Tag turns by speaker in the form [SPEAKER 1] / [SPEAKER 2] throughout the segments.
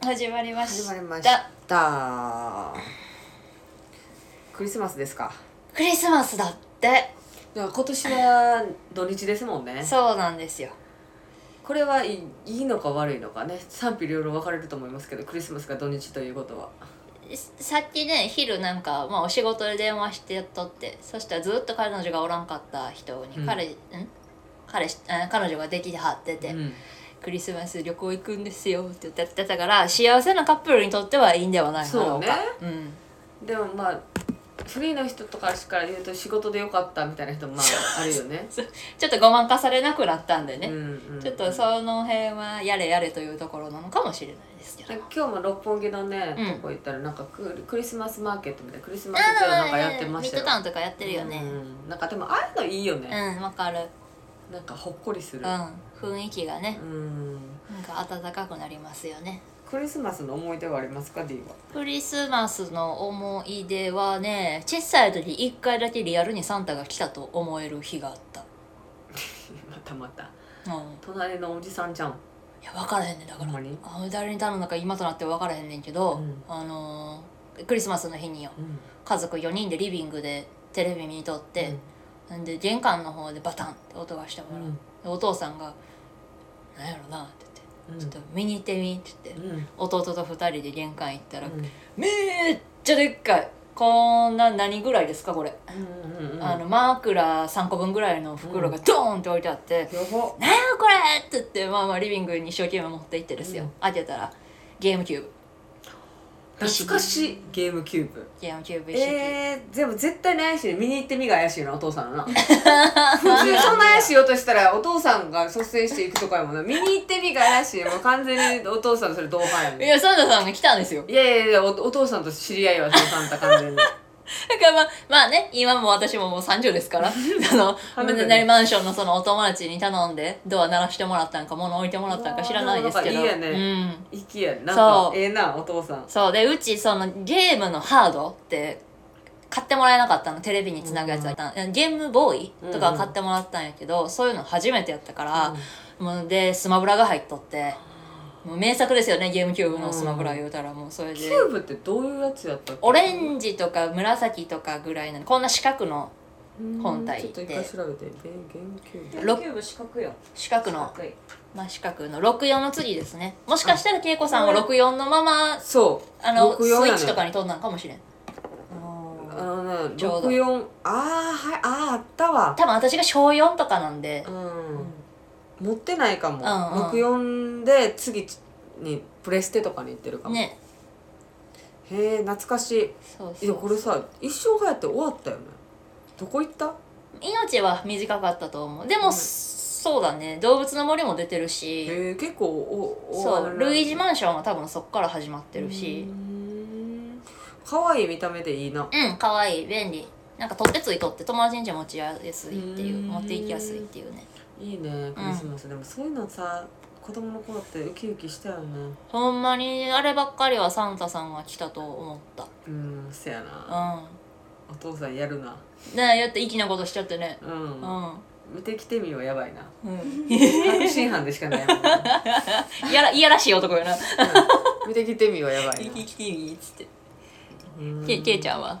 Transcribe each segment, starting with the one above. [SPEAKER 1] 始まりま
[SPEAKER 2] 始
[SPEAKER 1] し
[SPEAKER 2] まりましたたクリスマスですか
[SPEAKER 1] クリスマスだって
[SPEAKER 2] だから今年は土日ですもんね
[SPEAKER 1] そうなんですよ
[SPEAKER 2] これはいいいいのか悪いのかね賛否両論分かれると思いますけどクリスマスが土日ということは
[SPEAKER 1] さっきね昼なんか、まあ、お仕事で電話してやっとってそしたらずっと彼女がおらんかった人に
[SPEAKER 2] うん
[SPEAKER 1] 彼、ん彼しあ彼女ができてはってて、
[SPEAKER 2] うん
[SPEAKER 1] クリスマス旅行行くんですよって言ってたから幸せなカップルにとってはいいんではないかろうかう、ん、
[SPEAKER 2] でもまあフリーの人とかしから言うと仕事でよかったみたいな人 もまああるよね
[SPEAKER 1] ちょっとごまかされなくなったんでね、
[SPEAKER 2] うんうん
[SPEAKER 1] ちょっとその辺はやれやれというところなのかもしれないですけど
[SPEAKER 2] で今日も六本木のね、
[SPEAKER 1] うん
[SPEAKER 2] とこ行ったらなんかククリスマスマーケットみたいなクリスマスデーなんかやってましたよ
[SPEAKER 1] ミッドタウンとかやってるよね
[SPEAKER 2] うんなんかでもああいうのいいよ
[SPEAKER 1] う
[SPEAKER 2] ね、
[SPEAKER 1] んわかる
[SPEAKER 2] なんかほっこりす
[SPEAKER 1] う
[SPEAKER 2] る
[SPEAKER 1] ん雰囲気がね
[SPEAKER 2] うん
[SPEAKER 1] なんか暖かくなりますよね
[SPEAKER 2] クリスマスの思い出はありますか D は
[SPEAKER 1] クリスマスの思い出はね小さい時一回だけリアルにサンタが来たと思える日があった
[SPEAKER 2] またまた
[SPEAKER 1] うん
[SPEAKER 2] 隣のおじさんじゃん
[SPEAKER 1] いや分からへんねんだか
[SPEAKER 2] ほ
[SPEAKER 1] ら
[SPEAKER 2] んまに
[SPEAKER 1] あ誰に頼んだか今となっては分からへんねんけど、
[SPEAKER 2] うん
[SPEAKER 1] あのークリスマスの日によ
[SPEAKER 2] うん
[SPEAKER 1] 家族4人でリビングでテレビ見とって、ん、で玄関の方でバタンって音がしたか
[SPEAKER 2] う
[SPEAKER 1] ら、
[SPEAKER 2] ん
[SPEAKER 1] でお父さんが「なんやろな」って
[SPEAKER 2] うん
[SPEAKER 1] 言って「ちょっと見に行ってみ」って言って、
[SPEAKER 2] うんうん
[SPEAKER 1] 弟と2人で玄関行ったら、めっちゃでっかいこんな何ぐらいですかこれ、
[SPEAKER 2] うんうんうん
[SPEAKER 1] あの枕3個分ぐらいの袋がドーンって置いてあって
[SPEAKER 2] やば
[SPEAKER 1] 「なんやこれ!」って言ってまあまあリビングに一生懸命持って行ってですよ、
[SPEAKER 2] うん
[SPEAKER 1] 開けたらゲームキューブ
[SPEAKER 2] 懐かしいゲームキューブ
[SPEAKER 1] ゲームキューブ一式、
[SPEAKER 2] えー、でも絶対に怪しいね見に行ってみが怪しいなお父さん のな普通そんな怪しいようとしたらお父さんが率先していくとかやもんな見に行ってみが怪しいもう完全にお父さんとそれ同伴やもん
[SPEAKER 1] いやサンタさんが来たんですよ
[SPEAKER 2] いやいやいやおお父さんと知り合いはそのサンタ完全に
[SPEAKER 1] だからまあ、まあね、今も私ももう30です から、その、
[SPEAKER 2] 離れてる
[SPEAKER 1] 何マンションのそのお友達に頼んで、ドア鳴らしてもらったんか、物置いてもらったんか知らないですけど。
[SPEAKER 2] うわーなんかいいよ
[SPEAKER 1] うん。
[SPEAKER 2] 行きやなんか
[SPEAKER 1] そう
[SPEAKER 2] ええなお父さん
[SPEAKER 1] そう。で、うちそのゲームのハードって、買ってもらえなかったの、テレビにつなぐやつだった、ゲームボーイとかは買ってもらったんやけど、そういうの初めてやったから、もうで、スマブラが入っとって、もう名作ですよね、ゲームキューブのスマブラ言うたら、もうそれで。
[SPEAKER 2] キューブってどういうやつやったっけ
[SPEAKER 1] オレンジとか紫とかぐらいなの、こんな四角の本体
[SPEAKER 2] ちょっと一回調べてゲゲームキューブ
[SPEAKER 1] ロッ
[SPEAKER 3] キューブ四角よ
[SPEAKER 1] 四角
[SPEAKER 3] 四
[SPEAKER 1] の
[SPEAKER 3] 角い
[SPEAKER 1] 真四角の64の次ですねもしかしたら恵子さんは64のまま
[SPEAKER 2] そう
[SPEAKER 1] あのスイ
[SPEAKER 2] 64やね
[SPEAKER 1] ッチとかに飛んだんかもしれん
[SPEAKER 2] あのね
[SPEAKER 1] ちょうど
[SPEAKER 2] 64あーはいあーあったわ
[SPEAKER 1] 多分私が小4とかなんで
[SPEAKER 2] うん持ってないかも、64で次にプレステとかに行ってるかも、
[SPEAKER 1] ね
[SPEAKER 2] へえ懐かし
[SPEAKER 1] そう
[SPEAKER 2] い
[SPEAKER 1] そ
[SPEAKER 2] いやこ
[SPEAKER 1] う
[SPEAKER 2] れさ一生流行って終わったよねどこ行った
[SPEAKER 1] 命は短かったと思うでも、
[SPEAKER 2] うん
[SPEAKER 1] そうだね動物の森も出てるし
[SPEAKER 2] へえ結構おお
[SPEAKER 1] そうルイージ
[SPEAKER 2] っ
[SPEAKER 1] マンションは多分そっから始まってるし
[SPEAKER 2] 可愛い見た目でいいな
[SPEAKER 1] うん可愛い便利なんか取ってついとって友達ん家持ちやすいっていう
[SPEAKER 2] うん
[SPEAKER 1] 持っていきやすいっていうね
[SPEAKER 2] いいねクリスマス、でもそういうのさ子供の頃ってウキウキしたよね
[SPEAKER 1] ほんまにあればっかりはサンタさんが来たと思った
[SPEAKER 2] うんせやな
[SPEAKER 1] うん
[SPEAKER 2] お父さんやるな
[SPEAKER 1] ねえやって粋なことしちゃってね
[SPEAKER 2] う、
[SPEAKER 1] うんん、
[SPEAKER 2] 見てきてみようやばいな
[SPEAKER 1] うん、
[SPEAKER 2] 確信犯でしか ないもんな、
[SPEAKER 1] いやらいやらしい男よな
[SPEAKER 2] うん見てきてみようやば
[SPEAKER 1] 「生
[SPEAKER 2] いな
[SPEAKER 1] き生きていい」っつって
[SPEAKER 2] うん
[SPEAKER 1] けけいちゃんは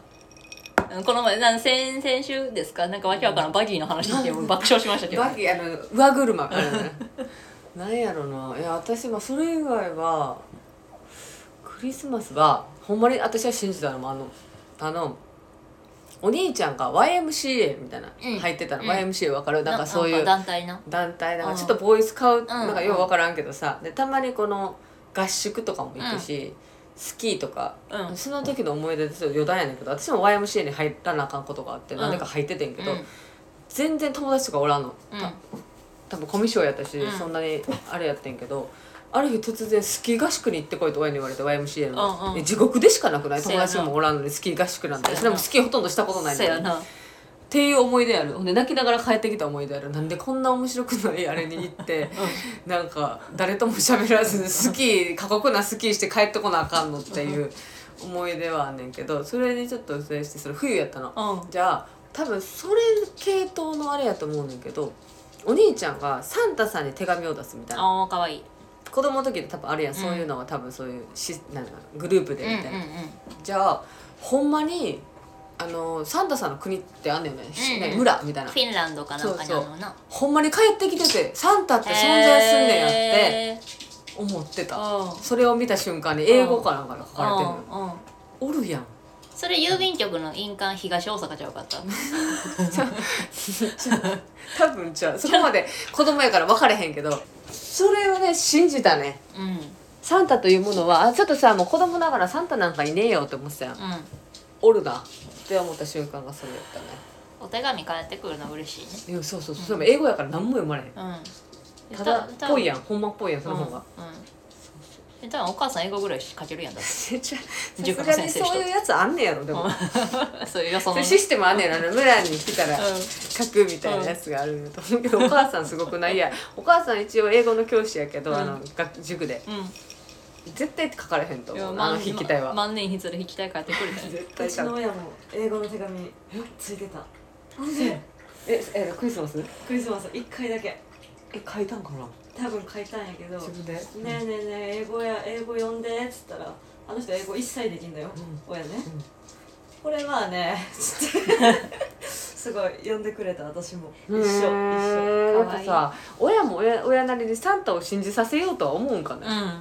[SPEAKER 1] うんこの前なん先先週ですかなんかわけわからんバギーの話してもう爆笑しましたけど
[SPEAKER 2] バキあの上車か らねなんやろないや私まあそれ以外はクリスマスはほんまに私は信じたのもあのあのお兄ちゃんが YMCA みたいな、
[SPEAKER 1] うん
[SPEAKER 2] 入ってたの、
[SPEAKER 1] うん
[SPEAKER 2] YMCA 分かるなんかそういう
[SPEAKER 1] なんか団体な
[SPEAKER 2] 団体なん
[SPEAKER 1] うん
[SPEAKER 2] かちょっとボーイスカウト
[SPEAKER 1] うん
[SPEAKER 2] なんかよう分からんけどさでたまにこの合宿とかも行くし、スキーとか、
[SPEAKER 1] うん
[SPEAKER 2] その時の思い出でちょっと余談やねんけど私も YMCA に入らなあかんことがあって
[SPEAKER 1] うん
[SPEAKER 2] 何でか入っててんけど、
[SPEAKER 1] うん
[SPEAKER 2] 全然友達とかおらんの、
[SPEAKER 1] う
[SPEAKER 2] た
[SPEAKER 1] ん
[SPEAKER 2] 多分コミュ障やったし、
[SPEAKER 1] うん
[SPEAKER 2] そんなにあれやってんけどある日突然スキー合宿に行ってこいと親に言われて YMCA の、
[SPEAKER 1] うんうん
[SPEAKER 2] え地獄でしかなくない
[SPEAKER 1] そうや
[SPEAKER 2] 友
[SPEAKER 1] な
[SPEAKER 2] 達もおらんのにスキー合宿なん
[SPEAKER 1] そうや
[SPEAKER 2] て
[SPEAKER 1] な
[SPEAKER 2] でもスキーほとんどしたことないん
[SPEAKER 1] そう
[SPEAKER 2] だ
[SPEAKER 1] や
[SPEAKER 2] よ
[SPEAKER 1] な
[SPEAKER 2] っていう思い出あるほんで泣きながら帰ってきた思い出あるなんでこんな面白くない あれに行って、なんか誰とも喋らずスキー過酷なスキーして帰ってこなあかんのっていう思い出はあんねんけどそれにちょっとそれしてそれ冬やったの、
[SPEAKER 1] うん
[SPEAKER 2] じゃあ多分それ系統のあれやと思うねんけどお兄ちゃんがサンタさんに手紙を出すみたいな
[SPEAKER 1] ああかわいい
[SPEAKER 2] 子供の時って多分あるやん、そういうのは多分そういうしなんかグループで
[SPEAKER 1] う
[SPEAKER 2] み
[SPEAKER 1] んうん
[SPEAKER 2] たいな、じゃあほんまにあのサンタさんの国ってあんだよね,し、
[SPEAKER 1] うんうん
[SPEAKER 2] ね村みたい
[SPEAKER 1] うん
[SPEAKER 2] な
[SPEAKER 1] フィンランドかなんかにあるのな
[SPEAKER 2] ほんまに帰ってきててサンタって存在すんねんやっ
[SPEAKER 1] や
[SPEAKER 2] て
[SPEAKER 1] って
[SPEAKER 2] 思ってた、
[SPEAKER 1] うん
[SPEAKER 2] それを見た瞬間に英語かなんかで書かれてるの、
[SPEAKER 1] うんうん
[SPEAKER 2] おるやん
[SPEAKER 1] それ郵便局の印鑑東大阪ちゃうかった
[SPEAKER 2] 多分じゃあそこまで子供やから分かれへんけどそれをね信じたね
[SPEAKER 1] うんうん
[SPEAKER 2] サンタというものはあちょっとさもう子供ながらサンタなんかいねえよって思ってたやんおるなって思った瞬間がそれやったね
[SPEAKER 1] お手紙返ってくるの嬉しいね
[SPEAKER 2] いやそうそうそうそれも英語やから何も読まれへん
[SPEAKER 1] うん
[SPEAKER 2] ただっぽいや
[SPEAKER 1] ん
[SPEAKER 2] んほんまっぽいやんその方が、
[SPEAKER 1] うん、うんえ多分お母さん英語ぐらい書けるやんだって
[SPEAKER 2] さす
[SPEAKER 1] 塾の
[SPEAKER 2] が
[SPEAKER 1] 先
[SPEAKER 2] に
[SPEAKER 1] 生一つ
[SPEAKER 2] そういうやつあんねやろでも、
[SPEAKER 1] そういう予想
[SPEAKER 2] そう
[SPEAKER 1] の
[SPEAKER 2] いう
[SPEAKER 1] ね
[SPEAKER 2] システムあんねやろあの村に来たら
[SPEAKER 1] う
[SPEAKER 2] 書くみたいなやつがあると思うけど、お母さんすごくないいやお母さん一応英語の教師やけど、あの学塾で
[SPEAKER 1] ん、うん
[SPEAKER 2] 絶対書かれへんと
[SPEAKER 1] いや
[SPEAKER 2] 思う
[SPEAKER 1] ま
[SPEAKER 2] あの筆記体は、
[SPEAKER 1] 万年筆で筆記体書いてくれたよ
[SPEAKER 2] 絶
[SPEAKER 3] う
[SPEAKER 2] 対
[SPEAKER 3] ち
[SPEAKER 2] 書
[SPEAKER 3] の
[SPEAKER 2] か
[SPEAKER 3] 親も英語の手紙ついてた
[SPEAKER 2] ええクリスマス
[SPEAKER 3] クリスマス1回だけ
[SPEAKER 2] え書いたんかな
[SPEAKER 3] 多分書いたんやけど「ね
[SPEAKER 2] 自分で
[SPEAKER 3] えねえねえ英語や英語読んで」っつったらあの人英語一切できんだよ、親ね、
[SPEAKER 2] ん
[SPEAKER 3] これまあねちょっとすごい読んでくれた私も一緒
[SPEAKER 2] う
[SPEAKER 3] 一
[SPEAKER 2] ーん
[SPEAKER 3] 緒
[SPEAKER 2] やっぱさ親も親親なりにサンタを信じさせようとは思 うんか
[SPEAKER 1] うん
[SPEAKER 2] な
[SPEAKER 1] ね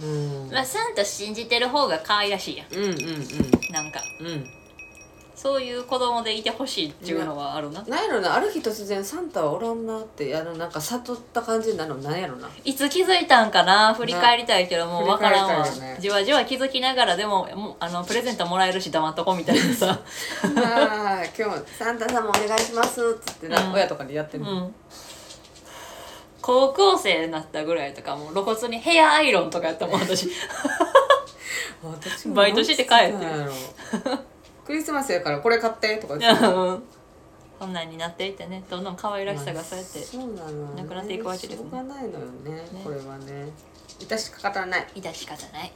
[SPEAKER 2] うんうん
[SPEAKER 1] まあサンタ信じてる方が可愛らしいや
[SPEAKER 2] うんうん
[SPEAKER 1] んなんか
[SPEAKER 2] うん
[SPEAKER 1] そういう子供でいてほしいっていうのはあるな
[SPEAKER 2] なんやろなある日突然サンタはおらんなってあのなんか悟った感じになるのなんやろ ない
[SPEAKER 1] つ気づいたんかな振り返りたいけどもう
[SPEAKER 2] な
[SPEAKER 1] 分からんわ、
[SPEAKER 2] 振り返りたいよね
[SPEAKER 1] じわじわ気づきながらでももうあのプレゼントもらえるし黙っとこうみたいなさ、
[SPEAKER 2] あー 今日サンタ様お願いしますっつってな、
[SPEAKER 1] うん
[SPEAKER 2] 親とかでやって
[SPEAKER 1] う
[SPEAKER 2] る、
[SPEAKER 1] ん、高校生になったぐらいとかもう露骨にヘアアイロンとかやったもん私
[SPEAKER 2] 私
[SPEAKER 1] バイトして帰ってる
[SPEAKER 2] なんやろクリスマスやからこれ買ってとか言って
[SPEAKER 1] うんこんなんになっていってねどんどん可愛らしさがそうやって
[SPEAKER 2] そうなのよね
[SPEAKER 1] なくなっていくわけですね
[SPEAKER 2] しょうがないのよねこれはね致し方ない
[SPEAKER 1] 致し方ない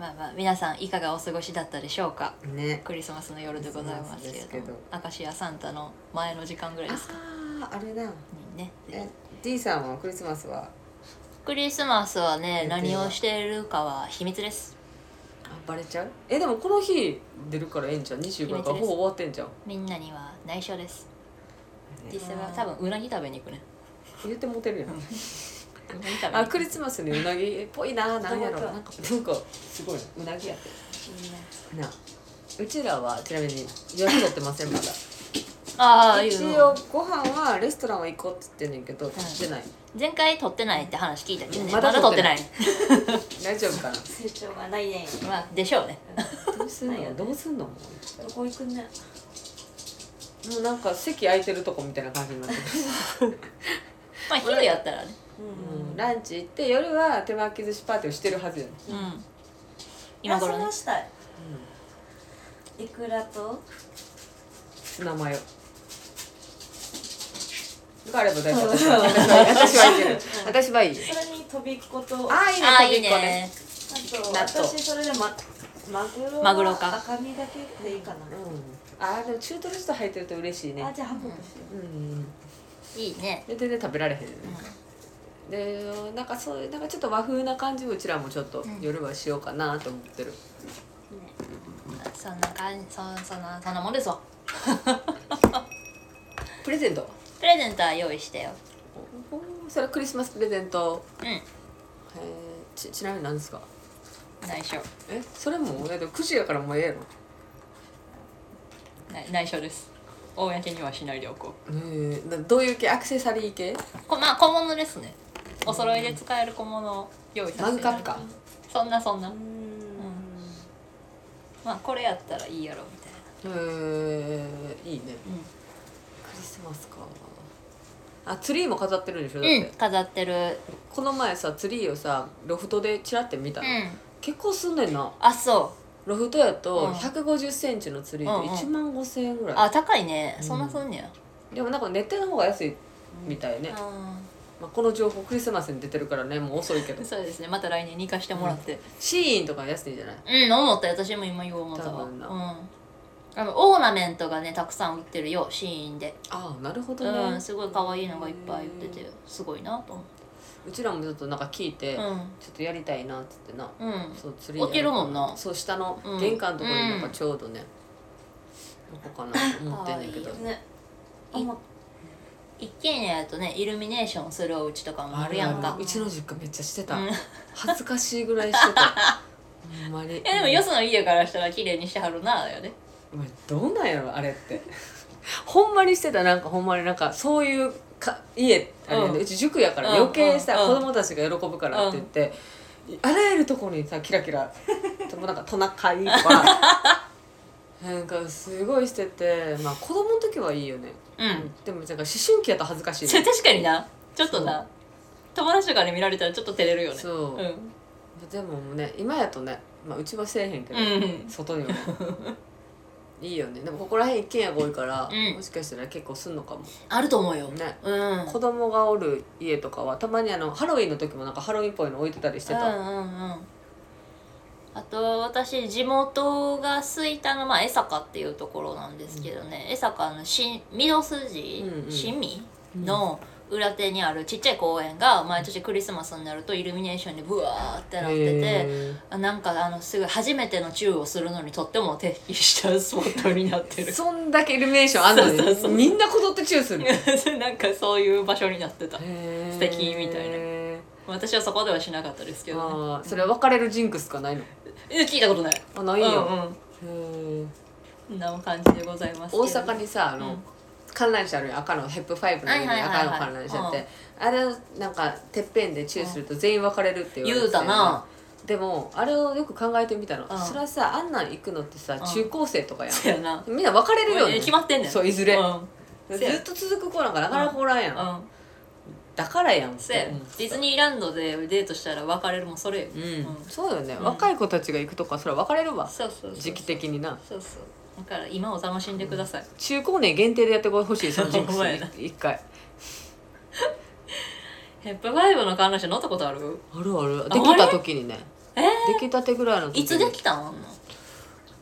[SPEAKER 1] まあまあ皆さんいかがお過ごしだったでしょうか
[SPEAKER 2] ね
[SPEAKER 1] クリスマスの夜でございます
[SPEAKER 2] クリスマスです
[SPEAKER 1] け
[SPEAKER 2] け
[SPEAKER 1] れど
[SPEAKER 2] ど
[SPEAKER 1] もアカシアサンタの前の時間ぐらいですか
[SPEAKER 2] あああれだ
[SPEAKER 1] にね
[SPEAKER 2] え D さんはクリスマスは
[SPEAKER 1] クリスマスはね
[SPEAKER 2] 予定は
[SPEAKER 1] 何をしているかは秘密です
[SPEAKER 2] バレちゃうえでもこの日出るからええんちゃう25日からほぼ終わってんじゃん
[SPEAKER 1] みんなには内緒です
[SPEAKER 2] ね
[SPEAKER 1] 実際は多分うなぎ食べに行くね
[SPEAKER 2] 言ってモテるやん
[SPEAKER 1] うなぎ食べに
[SPEAKER 2] あ
[SPEAKER 1] 行く
[SPEAKER 2] クリスマスにうなぎっぽいななんやろ
[SPEAKER 3] どういうこと
[SPEAKER 2] なんかなんかすごいうなぎやってなうちらはちなみに予約取ってませんまだ
[SPEAKER 1] ああい
[SPEAKER 2] 一
[SPEAKER 1] う
[SPEAKER 2] 応
[SPEAKER 1] の
[SPEAKER 2] ご飯はレストランは行こうって言ってんねんけど取ってない
[SPEAKER 1] 前回撮ってないって話聞いたけどね
[SPEAKER 2] ま
[SPEAKER 1] ま
[SPEAKER 2] だ
[SPEAKER 1] だ
[SPEAKER 2] 撮
[SPEAKER 1] 撮
[SPEAKER 2] っ
[SPEAKER 1] ってて
[SPEAKER 2] な
[SPEAKER 1] ないい
[SPEAKER 2] 大丈夫かな
[SPEAKER 3] 成長がないね
[SPEAKER 1] まあでしょうね
[SPEAKER 2] どうすんのどうすんのも
[SPEAKER 3] どこ行くね
[SPEAKER 2] うもうなんか席空いてるとこみたいな感じになってる
[SPEAKER 1] まあ昼やったらね
[SPEAKER 3] うん、
[SPEAKER 2] うんランチ行って夜は手巻き寿司パーティーをしてるはずやね
[SPEAKER 1] うん今頃ね
[SPEAKER 3] 休ましたいいくらと
[SPEAKER 2] ツナマヨがあれば大丈夫私はいける私はいい
[SPEAKER 3] それに飛びっことあ
[SPEAKER 2] あ
[SPEAKER 1] ああ
[SPEAKER 2] あい
[SPEAKER 1] い
[SPEAKER 2] い
[SPEAKER 1] い
[SPEAKER 2] ね
[SPEAKER 1] ね
[SPEAKER 3] と
[SPEAKER 2] 納豆
[SPEAKER 3] 私それでまマグロは
[SPEAKER 1] マグロか
[SPEAKER 3] 赤身だけでいいかな、
[SPEAKER 2] うんあーでも中トロちょっと入ってると嬉しい
[SPEAKER 3] あ
[SPEAKER 2] ね
[SPEAKER 3] じゃあハムとして
[SPEAKER 2] うん
[SPEAKER 1] いいね
[SPEAKER 2] で全然食べられへんね、でなんかそういうなんかちょっと和風な感じもうちらもちょっと夜はしようかなと思ってる、
[SPEAKER 1] そんな感じそそんなそんなもんですわ
[SPEAKER 2] プレゼント
[SPEAKER 1] プレゼントは用意してよ
[SPEAKER 2] おーそれはクリスマスプレゼント
[SPEAKER 1] うん
[SPEAKER 2] へーちちなみに何ですか
[SPEAKER 1] 内緒
[SPEAKER 2] えそれもえでも9時やからもうええやろ
[SPEAKER 1] 内内緒です公にはしないでおこう
[SPEAKER 2] ねえなどういう系アクセサリー系
[SPEAKER 1] こまあ小物ですねお揃いで使える小物を用意さ
[SPEAKER 2] マ
[SPEAKER 1] せ
[SPEAKER 2] グ
[SPEAKER 1] て
[SPEAKER 2] カップか
[SPEAKER 1] そんなそんな
[SPEAKER 3] うーん
[SPEAKER 1] まあこれやったらいいやろみたいな
[SPEAKER 2] へえいいね
[SPEAKER 1] う
[SPEAKER 2] クリスマスかあツリーも飾ってるんでしょだっ
[SPEAKER 1] ん、
[SPEAKER 2] て、
[SPEAKER 1] 飾ってる
[SPEAKER 2] この前さツリーをさロフトでチラって見た
[SPEAKER 1] う
[SPEAKER 2] の、
[SPEAKER 1] ん
[SPEAKER 2] 結構すんねんな
[SPEAKER 1] あそ
[SPEAKER 2] ロフトや
[SPEAKER 1] う
[SPEAKER 2] と
[SPEAKER 1] ん
[SPEAKER 2] 1 5 0ンチのツリーで1万5千円ぐら
[SPEAKER 1] う
[SPEAKER 2] い、
[SPEAKER 1] あ高いね
[SPEAKER 2] うん
[SPEAKER 1] そんなすんねや、
[SPEAKER 2] でもなんかネットの方が安いみたいね、
[SPEAKER 1] あ
[SPEAKER 2] まあ、この情報クリスマスに出てるからねもう遅い けど
[SPEAKER 1] ーそうですねまた来年に行かしてもらって
[SPEAKER 2] シーインとか安いじゃない
[SPEAKER 1] うん、思ったよ私も今言おう思ったわ
[SPEAKER 2] 多
[SPEAKER 1] う
[SPEAKER 2] 分
[SPEAKER 1] ん
[SPEAKER 2] な
[SPEAKER 1] あのオーナメントがねたくさん売ってるよシーインで
[SPEAKER 2] ああなるほどね、
[SPEAKER 1] うんすごい可愛いのがいっぱい売っててすごいなと思っ
[SPEAKER 2] うちらもちょっとなんか聞いて、
[SPEAKER 1] う
[SPEAKER 2] ちょ
[SPEAKER 1] ん
[SPEAKER 2] っとやりたいなっつってな
[SPEAKER 1] うん
[SPEAKER 2] そう釣り
[SPEAKER 1] 置けるもんな
[SPEAKER 2] そう下の
[SPEAKER 1] うん
[SPEAKER 2] 玄関のところになんかちょうどね、どこかなと思ってんだけど
[SPEAKER 1] か
[SPEAKER 3] ね
[SPEAKER 1] い
[SPEAKER 3] 思っ
[SPEAKER 1] 一軒家やとねイルミネーションするお家とかもあるやん
[SPEAKER 2] あ
[SPEAKER 1] か
[SPEAKER 2] るあるうちの実家めっちゃしてた、
[SPEAKER 1] うん
[SPEAKER 2] 恥ずかしいぐらいしてた ほんまにい
[SPEAKER 1] いやでもよその家からしたら綺麗にしてはるなだよね
[SPEAKER 2] お前どうなんやろあれってほんまにしてたなんかほんまになんかそういうか家あれやね、
[SPEAKER 1] う
[SPEAKER 2] うんち塾やから
[SPEAKER 1] うん
[SPEAKER 2] 余計さ、
[SPEAKER 1] うん
[SPEAKER 2] 子供たちが喜ぶからって言って、あらゆるところにさキラ キラでもなんかトナカイとかなんかすごいしててまあ子供の時はいいよね、
[SPEAKER 1] うん
[SPEAKER 2] でもなんか思春期やったら恥ずかしい
[SPEAKER 1] それ
[SPEAKER 2] ね
[SPEAKER 1] 確かになちょっとな友達とかに見られたらちょっと照れるよね
[SPEAKER 2] そう、
[SPEAKER 1] うん
[SPEAKER 2] でもね今やとね、まあ、うちはせえへんけど、
[SPEAKER 1] うん
[SPEAKER 2] 外にはいいよねでもここら辺一軒家が多いから、
[SPEAKER 1] うん
[SPEAKER 2] もしかしたら結構すんのかも
[SPEAKER 1] あると思うよ
[SPEAKER 2] ね
[SPEAKER 1] うんうん
[SPEAKER 2] 子供がおる家とかはたまにあのハロウィンの時もなんかハロウィンっぽいの置いてたりしてた、
[SPEAKER 1] うんうんあと私地元が吹田のまあ江坂っていうところなんですけどね、江坂の新御堂筋、
[SPEAKER 2] うんうん
[SPEAKER 1] 新見の裏手にあるちっちゃい公園が毎年クリスマスになるとイルミネーションにブワーってなってて。
[SPEAKER 2] へ
[SPEAKER 1] あなんかあのすぐ初めてのチューをするのにとっても適したスポットになって
[SPEAKER 2] ー
[SPEAKER 1] る
[SPEAKER 2] そんだけイルミネーションあんのに
[SPEAKER 1] そうそうそう
[SPEAKER 2] みんなこぞってチューする
[SPEAKER 1] なんかそういう場所になってた
[SPEAKER 2] 素
[SPEAKER 1] 素敵みたいな私はそこではしなかったですけど、
[SPEAKER 2] あーそれ別れるジンクスかないの
[SPEAKER 1] ね、え聞いたことない
[SPEAKER 2] あないよ、
[SPEAKER 1] うんうん
[SPEAKER 2] へー
[SPEAKER 1] そんな感じでございますけど
[SPEAKER 2] 大阪にさあの、
[SPEAKER 1] うん
[SPEAKER 2] 観覧車あるやん赤のヘップファイブの上に
[SPEAKER 1] はいはいはいは
[SPEAKER 2] 赤
[SPEAKER 1] い
[SPEAKER 2] の観覧車って、あれなんかてっぺんでチューすると全員別れるって言われてたよ
[SPEAKER 1] 言うたな
[SPEAKER 2] でもあれをよく考えてみたの、
[SPEAKER 1] うん
[SPEAKER 2] それはさあんなん行くのってさ、
[SPEAKER 1] ん
[SPEAKER 2] 中高生とかや
[SPEAKER 1] そうやなん
[SPEAKER 2] みんな別れるよね
[SPEAKER 1] 決まってんねん
[SPEAKER 2] そういずれ、
[SPEAKER 1] うん
[SPEAKER 2] ずっと続く子なんかなかなかおらんやん、
[SPEAKER 1] うん
[SPEAKER 2] だからやんって
[SPEAKER 1] そうや
[SPEAKER 2] 思ってた
[SPEAKER 1] ディズニーランドでデートしたら別れるもんそれよ
[SPEAKER 2] うん、
[SPEAKER 1] うん
[SPEAKER 2] そうよね、若い子たちが行くとかそれは別れるわ
[SPEAKER 1] そうそうそう
[SPEAKER 2] 時期的にな
[SPEAKER 1] そうそうだから今を楽しんでください、
[SPEAKER 2] 中高年限定でやってほしいそのジンクス
[SPEAKER 1] ほんまやな
[SPEAKER 2] 一回
[SPEAKER 1] ヘップファイブの観覧車乗ったことある
[SPEAKER 2] あるある
[SPEAKER 1] あ
[SPEAKER 2] できた時にね
[SPEAKER 1] え
[SPEAKER 2] 出来たてぐらいの時に
[SPEAKER 1] いつできたんあんの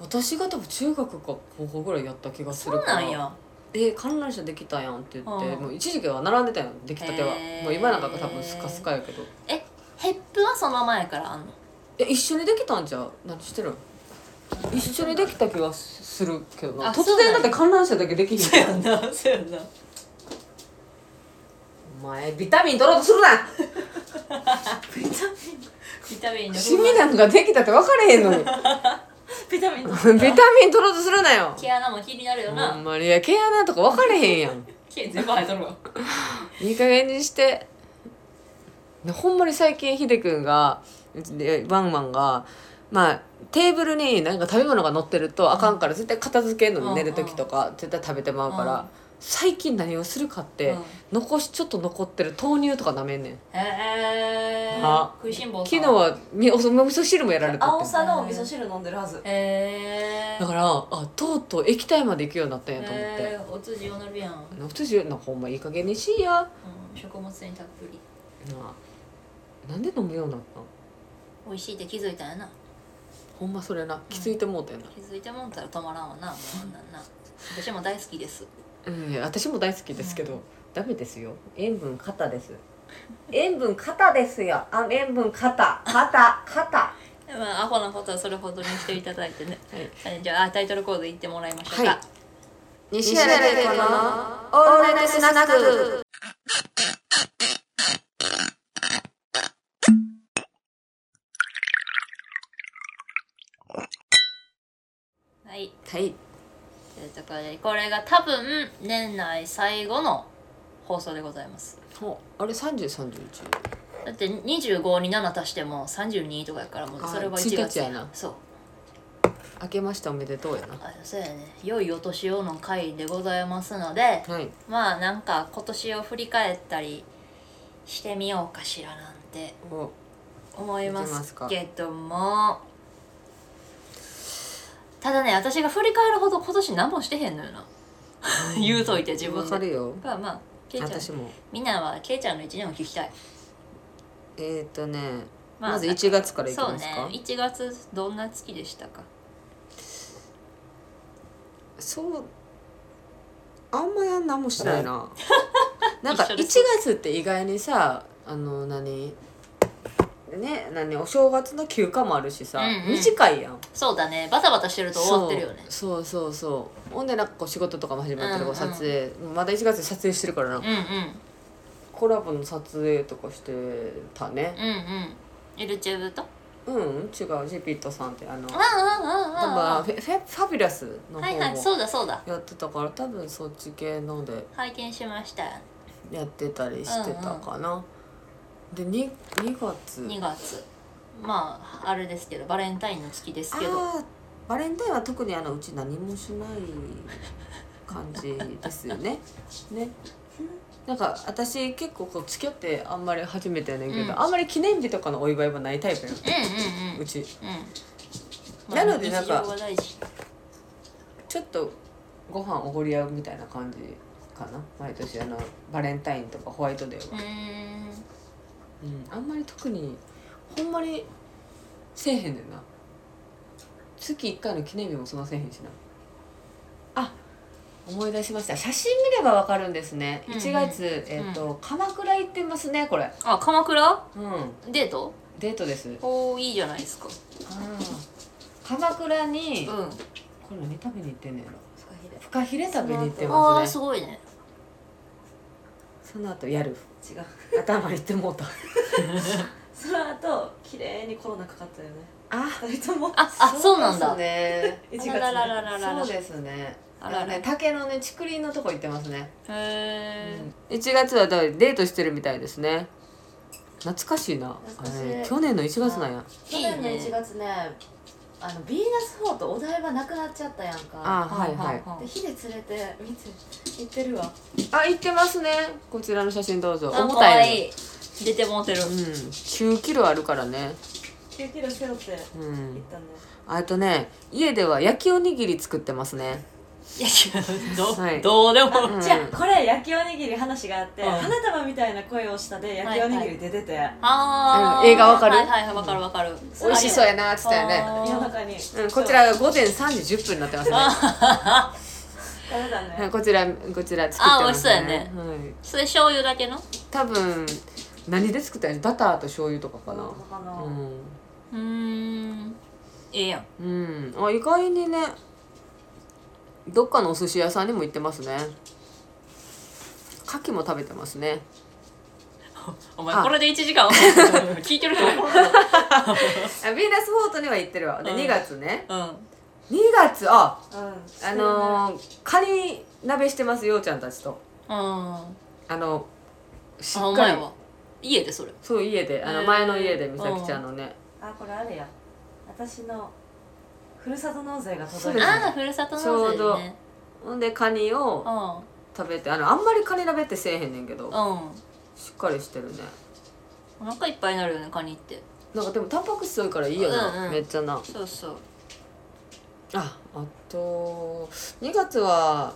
[SPEAKER 2] 私が多分中学か高校ぐらいやった気がす
[SPEAKER 1] そ
[SPEAKER 2] る
[SPEAKER 1] う
[SPEAKER 2] から
[SPEAKER 1] なんや
[SPEAKER 2] え観覧車できたやんって言って、
[SPEAKER 1] うん
[SPEAKER 2] もう一時期は並んでたやん出来たては
[SPEAKER 1] へー
[SPEAKER 2] もう今なんか多分スカスカやけど
[SPEAKER 1] えヘップはその前からあ んの
[SPEAKER 2] え一緒にできたんじゃう何してるん一緒にできた気がするけどな
[SPEAKER 1] あ
[SPEAKER 2] 突
[SPEAKER 1] そうなん
[SPEAKER 2] 然
[SPEAKER 1] や
[SPEAKER 2] だって観覧車だけできひんから
[SPEAKER 1] なそうやな
[SPEAKER 2] お前ビタミン取ろうとするな
[SPEAKER 1] ビタミンビタミンの
[SPEAKER 2] シミなんかできたって分かれへんのに ビ
[SPEAKER 1] ビタミンの
[SPEAKER 2] タミン取ろうとするなよ
[SPEAKER 1] 毛穴も気になるよ
[SPEAKER 2] ほ
[SPEAKER 1] なん
[SPEAKER 2] まにいや毛穴とか分かれへんやん
[SPEAKER 1] 毛全部生えとるわ
[SPEAKER 2] いい加減にしてでほんまに最近ひでくんがでワンワンがまあテーブルになんか食べ物が乗ってるとあかんから絶対片付けんの
[SPEAKER 1] うん
[SPEAKER 2] に寝る時とか絶対食べてまうか
[SPEAKER 1] うん
[SPEAKER 2] ら最近何をするかって
[SPEAKER 1] うん
[SPEAKER 2] 残しちょっと残ってる豆乳とか舐めんねん
[SPEAKER 1] へえ
[SPEAKER 2] あ
[SPEAKER 1] 食いしん坊さ
[SPEAKER 2] 昨
[SPEAKER 1] ん
[SPEAKER 2] 日はみお味噌汁もやられてて
[SPEAKER 3] 青さのお味噌汁飲んでるはず
[SPEAKER 1] へえ
[SPEAKER 2] だからあとうとう液体までいくようになったんやと思って
[SPEAKER 1] へーお通じをなるやん、うん、
[SPEAKER 2] 普通になんかほんまいい加減にしいやな
[SPEAKER 1] 食物繊維たっぷり
[SPEAKER 2] あなんで飲むようになったん
[SPEAKER 1] 美味しいって気づいたんやな
[SPEAKER 2] ほんまそれな気づいてもうたよな
[SPEAKER 1] 気づいてもんたら止まらんわなもうあんなんな私も大好きです
[SPEAKER 2] うん、私も大好きですけど、ダメですよ塩分肩です塩分肩ですよあ塩分肩肩肩
[SPEAKER 1] まあアホなことはそれほどにしていただいてね、はい、じゃああタイトルコード言ってもらいましょうか、
[SPEAKER 2] はい西原玲子のオールナイトスナック
[SPEAKER 1] はいと
[SPEAKER 2] はい
[SPEAKER 1] いうところでこれが多分年内最後の放送でございます
[SPEAKER 2] ほあれ30、31
[SPEAKER 1] だって25に7足しても32とかやからもうそれは
[SPEAKER 2] あ
[SPEAKER 1] 1
[SPEAKER 2] 1
[SPEAKER 1] 月
[SPEAKER 2] 日やな
[SPEAKER 1] そう
[SPEAKER 2] 明けましておめでとうやな
[SPEAKER 1] あそうやね良いお年をの回でございますので
[SPEAKER 2] はい
[SPEAKER 1] まあなんか今年を振り返ったりしてみようかしらなんて
[SPEAKER 2] お
[SPEAKER 1] 思います
[SPEAKER 2] で
[SPEAKER 1] けどもただね私が振り返るほど今年何もしてへんのよな言うといて自
[SPEAKER 2] わ
[SPEAKER 1] 分
[SPEAKER 2] か
[SPEAKER 1] で
[SPEAKER 2] るよ
[SPEAKER 1] まあまあケイちゃん
[SPEAKER 2] 私も
[SPEAKER 1] みんなはケイちゃんの一年を聞きたい、
[SPEAKER 2] えっ、ー、とね、
[SPEAKER 1] まあ
[SPEAKER 2] まず1月からいき
[SPEAKER 1] そう
[SPEAKER 2] ます
[SPEAKER 1] ね
[SPEAKER 2] か
[SPEAKER 1] 1月どんな月でしたか
[SPEAKER 2] そうあんまやん何もしてないななんか
[SPEAKER 1] 一緒
[SPEAKER 2] 1
[SPEAKER 1] です
[SPEAKER 2] 月って意外にさあの何ね何お正月の休暇もあるしさ、
[SPEAKER 1] うんうん
[SPEAKER 2] 短いやん
[SPEAKER 1] そうだねバタバタしてると終わってるよね
[SPEAKER 2] そうそうそうそうほんでなんかこう仕事とかも始まってる
[SPEAKER 1] うんう
[SPEAKER 2] こ
[SPEAKER 1] ん
[SPEAKER 2] う撮影、まだ1月で撮影してるからな、
[SPEAKER 1] うんうん
[SPEAKER 2] コラボの撮影とかしてたね
[SPEAKER 1] うんうん。エルチェブと。
[SPEAKER 2] うん、違うジェピットさんってあの
[SPEAKER 1] あああ
[SPEAKER 2] 多分
[SPEAKER 1] ああ
[SPEAKER 2] フェフェファビュラスの
[SPEAKER 1] あ。
[SPEAKER 2] 方
[SPEAKER 1] はいはい、
[SPEAKER 2] も
[SPEAKER 1] そうだそうだ。
[SPEAKER 2] やってたから多分そっち系ので
[SPEAKER 1] 拝見しましたよ。
[SPEAKER 2] やってたりしてたかな、で 2, 2月
[SPEAKER 1] 2月。まあ、あれですけど、バレンタインの月ですけど。
[SPEAKER 2] あーバレンタインは特にあのうち何もしない感じですよ ね。ね。なんか私結構こう付き合ってあんまり初めてやねんけど、
[SPEAKER 1] うん
[SPEAKER 2] あんまり記念日とかのお祝いはないタイプや
[SPEAKER 1] う
[SPEAKER 2] ん
[SPEAKER 1] んうんうん
[SPEAKER 2] う。ち
[SPEAKER 1] うん。
[SPEAKER 2] なのでなんか
[SPEAKER 1] 日常が大事
[SPEAKER 2] ちょっとご飯おごり合うみたいな感じかな毎年あのバレンタインとかホワイトデー
[SPEAKER 1] う
[SPEAKER 2] は、
[SPEAKER 1] ーん。
[SPEAKER 2] うん、あんまり特にほんまにせえへんねんな月1回の記念日もそんなせえへんしなあ思い出しました写真見ればわかるんですね
[SPEAKER 1] うんうん
[SPEAKER 2] 1月、えっ、と、鎌倉行ってますねこれ
[SPEAKER 1] あ、鎌倉
[SPEAKER 2] うん
[SPEAKER 1] デート
[SPEAKER 2] デートです
[SPEAKER 1] おー、いいじゃないですか。
[SPEAKER 2] 鎌倉に、
[SPEAKER 1] う
[SPEAKER 2] こ
[SPEAKER 1] ん。
[SPEAKER 2] れ何食べに行ってんねやろフカヒレ食べに行って
[SPEAKER 1] あ
[SPEAKER 2] ま
[SPEAKER 1] ー、
[SPEAKER 2] す
[SPEAKER 1] す
[SPEAKER 2] ね
[SPEAKER 1] ごいね。
[SPEAKER 2] その後やる
[SPEAKER 3] 違う
[SPEAKER 2] 頭いってもうた
[SPEAKER 3] その後綺麗にコロナかかったよね
[SPEAKER 2] あ
[SPEAKER 3] 二人とも
[SPEAKER 1] あ、あ、そうなんだ。
[SPEAKER 2] ですね
[SPEAKER 3] 1
[SPEAKER 1] あ
[SPEAKER 3] 月
[SPEAKER 1] ららら
[SPEAKER 3] ね
[SPEAKER 1] ららら
[SPEAKER 2] そうですね
[SPEAKER 1] あらら
[SPEAKER 2] あのね竹のね竹林のとこ行ってますね、
[SPEAKER 1] へ
[SPEAKER 2] 1月はだからデートしてるみたいですね懐かしいな
[SPEAKER 3] 懐かしい
[SPEAKER 2] あれ去年の1月なんや
[SPEAKER 3] 去年の1月ねあのビーナスフォートお台場なくなっちゃったやんか
[SPEAKER 2] あはいはい
[SPEAKER 3] でヒデ連れて見て行ってるわ
[SPEAKER 2] あ行ってますねこちらの写真どうぞ
[SPEAKER 1] あ、
[SPEAKER 2] 重
[SPEAKER 1] か
[SPEAKER 2] た
[SPEAKER 1] わ
[SPEAKER 2] い
[SPEAKER 1] いい。出てもうてる
[SPEAKER 2] の。うん9キロあるからね
[SPEAKER 3] 9キロ背負って行
[SPEAKER 2] う
[SPEAKER 3] っ
[SPEAKER 2] ん
[SPEAKER 3] たね
[SPEAKER 2] あとね家では焼きおにぎり作ってますね
[SPEAKER 1] いや、違うど
[SPEAKER 2] はい
[SPEAKER 1] どうでも。
[SPEAKER 2] うん
[SPEAKER 3] じゃあこれ焼きおにぎり話があって、
[SPEAKER 1] うん
[SPEAKER 3] 花束みたいな声をしたで焼きおにぎり出てて、
[SPEAKER 1] あ
[SPEAKER 2] うん
[SPEAKER 1] ー
[SPEAKER 2] 映画わかる
[SPEAKER 1] はいはいはいわかるわかる
[SPEAKER 3] 美味しそう
[SPEAKER 2] やなっつったよね
[SPEAKER 1] あ
[SPEAKER 3] 夜
[SPEAKER 1] ー
[SPEAKER 3] 中に、
[SPEAKER 2] うん、こちらが午前3時10分になってますね
[SPEAKER 3] ダメだ
[SPEAKER 2] は
[SPEAKER 3] ね
[SPEAKER 2] いこちらこちら作ってますね
[SPEAKER 1] あ美味し
[SPEAKER 2] はい、
[SPEAKER 1] それ醤油だけの
[SPEAKER 2] 多分何で作ったんやろバターと醤油とかかな
[SPEAKER 3] 他の
[SPEAKER 2] うん
[SPEAKER 1] うーんええやん
[SPEAKER 2] うん、あ意外にねどっかのお寿司屋さんにも行ってますね牡蠣も食べてますね
[SPEAKER 1] お前
[SPEAKER 2] あ
[SPEAKER 1] これで1時間聞いてる人 怒る
[SPEAKER 2] あビーナスフォートには行ってるわで
[SPEAKER 1] うん
[SPEAKER 2] 2月ね
[SPEAKER 1] うん
[SPEAKER 2] 2月あ
[SPEAKER 3] うん
[SPEAKER 2] あのーカニ鍋してますようちゃんたちと
[SPEAKER 1] あ
[SPEAKER 2] あのし
[SPEAKER 1] ーお
[SPEAKER 2] っか
[SPEAKER 1] 前
[SPEAKER 2] り
[SPEAKER 1] は家でそれ
[SPEAKER 2] そう家であ
[SPEAKER 1] へ
[SPEAKER 2] の
[SPEAKER 1] ー
[SPEAKER 2] 前の家で美咲ちゃんのね
[SPEAKER 3] あこれあれや私のふるさと納税が
[SPEAKER 2] そう
[SPEAKER 3] 届
[SPEAKER 2] で
[SPEAKER 3] い
[SPEAKER 2] す
[SPEAKER 3] た
[SPEAKER 1] ああふるさと納税
[SPEAKER 2] ちょうど
[SPEAKER 1] でね
[SPEAKER 2] ほんでカニを
[SPEAKER 1] うん
[SPEAKER 2] 食べてあのあんまりカニ鍋ってせえへんねんけど
[SPEAKER 1] うん
[SPEAKER 2] しっかりしてるね
[SPEAKER 1] お腹いっぱいになるよねカニって
[SPEAKER 2] なんかでもタンパク質多いからいいよ
[SPEAKER 1] うん
[SPEAKER 2] な、
[SPEAKER 1] うん
[SPEAKER 2] めっちゃな
[SPEAKER 1] そうそう
[SPEAKER 2] ああと2月は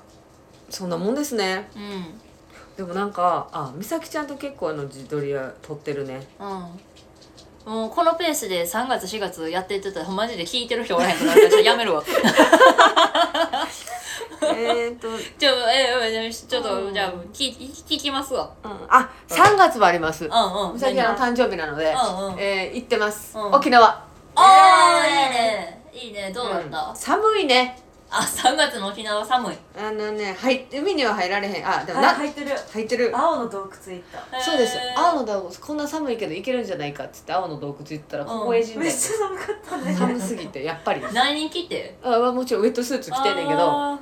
[SPEAKER 2] そんなもんですね
[SPEAKER 1] うん
[SPEAKER 2] でもなんかあ美咲ちゃんと結構あの自撮りは撮ってる ね
[SPEAKER 1] うんもうこのペースで3月4月やっていってたらマジで聞いてる人おらへんから私はやめるわ
[SPEAKER 2] えっと、うん、
[SPEAKER 1] ちょ、え、えちょっと、
[SPEAKER 2] うん
[SPEAKER 1] じゃあ、聞、聞きますわ。
[SPEAKER 2] あ3月はあります
[SPEAKER 1] うんうん。
[SPEAKER 2] 美咲ちゃんの
[SPEAKER 1] 何が
[SPEAKER 2] 誕生日なので、
[SPEAKER 1] うんうん
[SPEAKER 2] えー行ってます、
[SPEAKER 1] うん
[SPEAKER 2] 沖縄
[SPEAKER 1] あー、いいね。いいね。どうだった、
[SPEAKER 2] うん寒いね
[SPEAKER 1] あ、3月の沖縄寒い。
[SPEAKER 2] あのね入海には入られへんあでもな、
[SPEAKER 3] あ入ってる
[SPEAKER 2] 入ってる
[SPEAKER 3] 青の洞窟行った
[SPEAKER 2] そうです
[SPEAKER 1] へー
[SPEAKER 2] 青の洞窟こんな寒いけど行けるんじゃないかっつって青の洞窟行ったら
[SPEAKER 1] ん
[SPEAKER 2] 凍え死ん
[SPEAKER 3] め
[SPEAKER 2] で
[SPEAKER 3] っちゃ寒かったね
[SPEAKER 2] 寒すぎてやっぱり
[SPEAKER 1] 何人来て
[SPEAKER 2] あまあもちろんウェットスーツ着てんねんけど
[SPEAKER 1] あ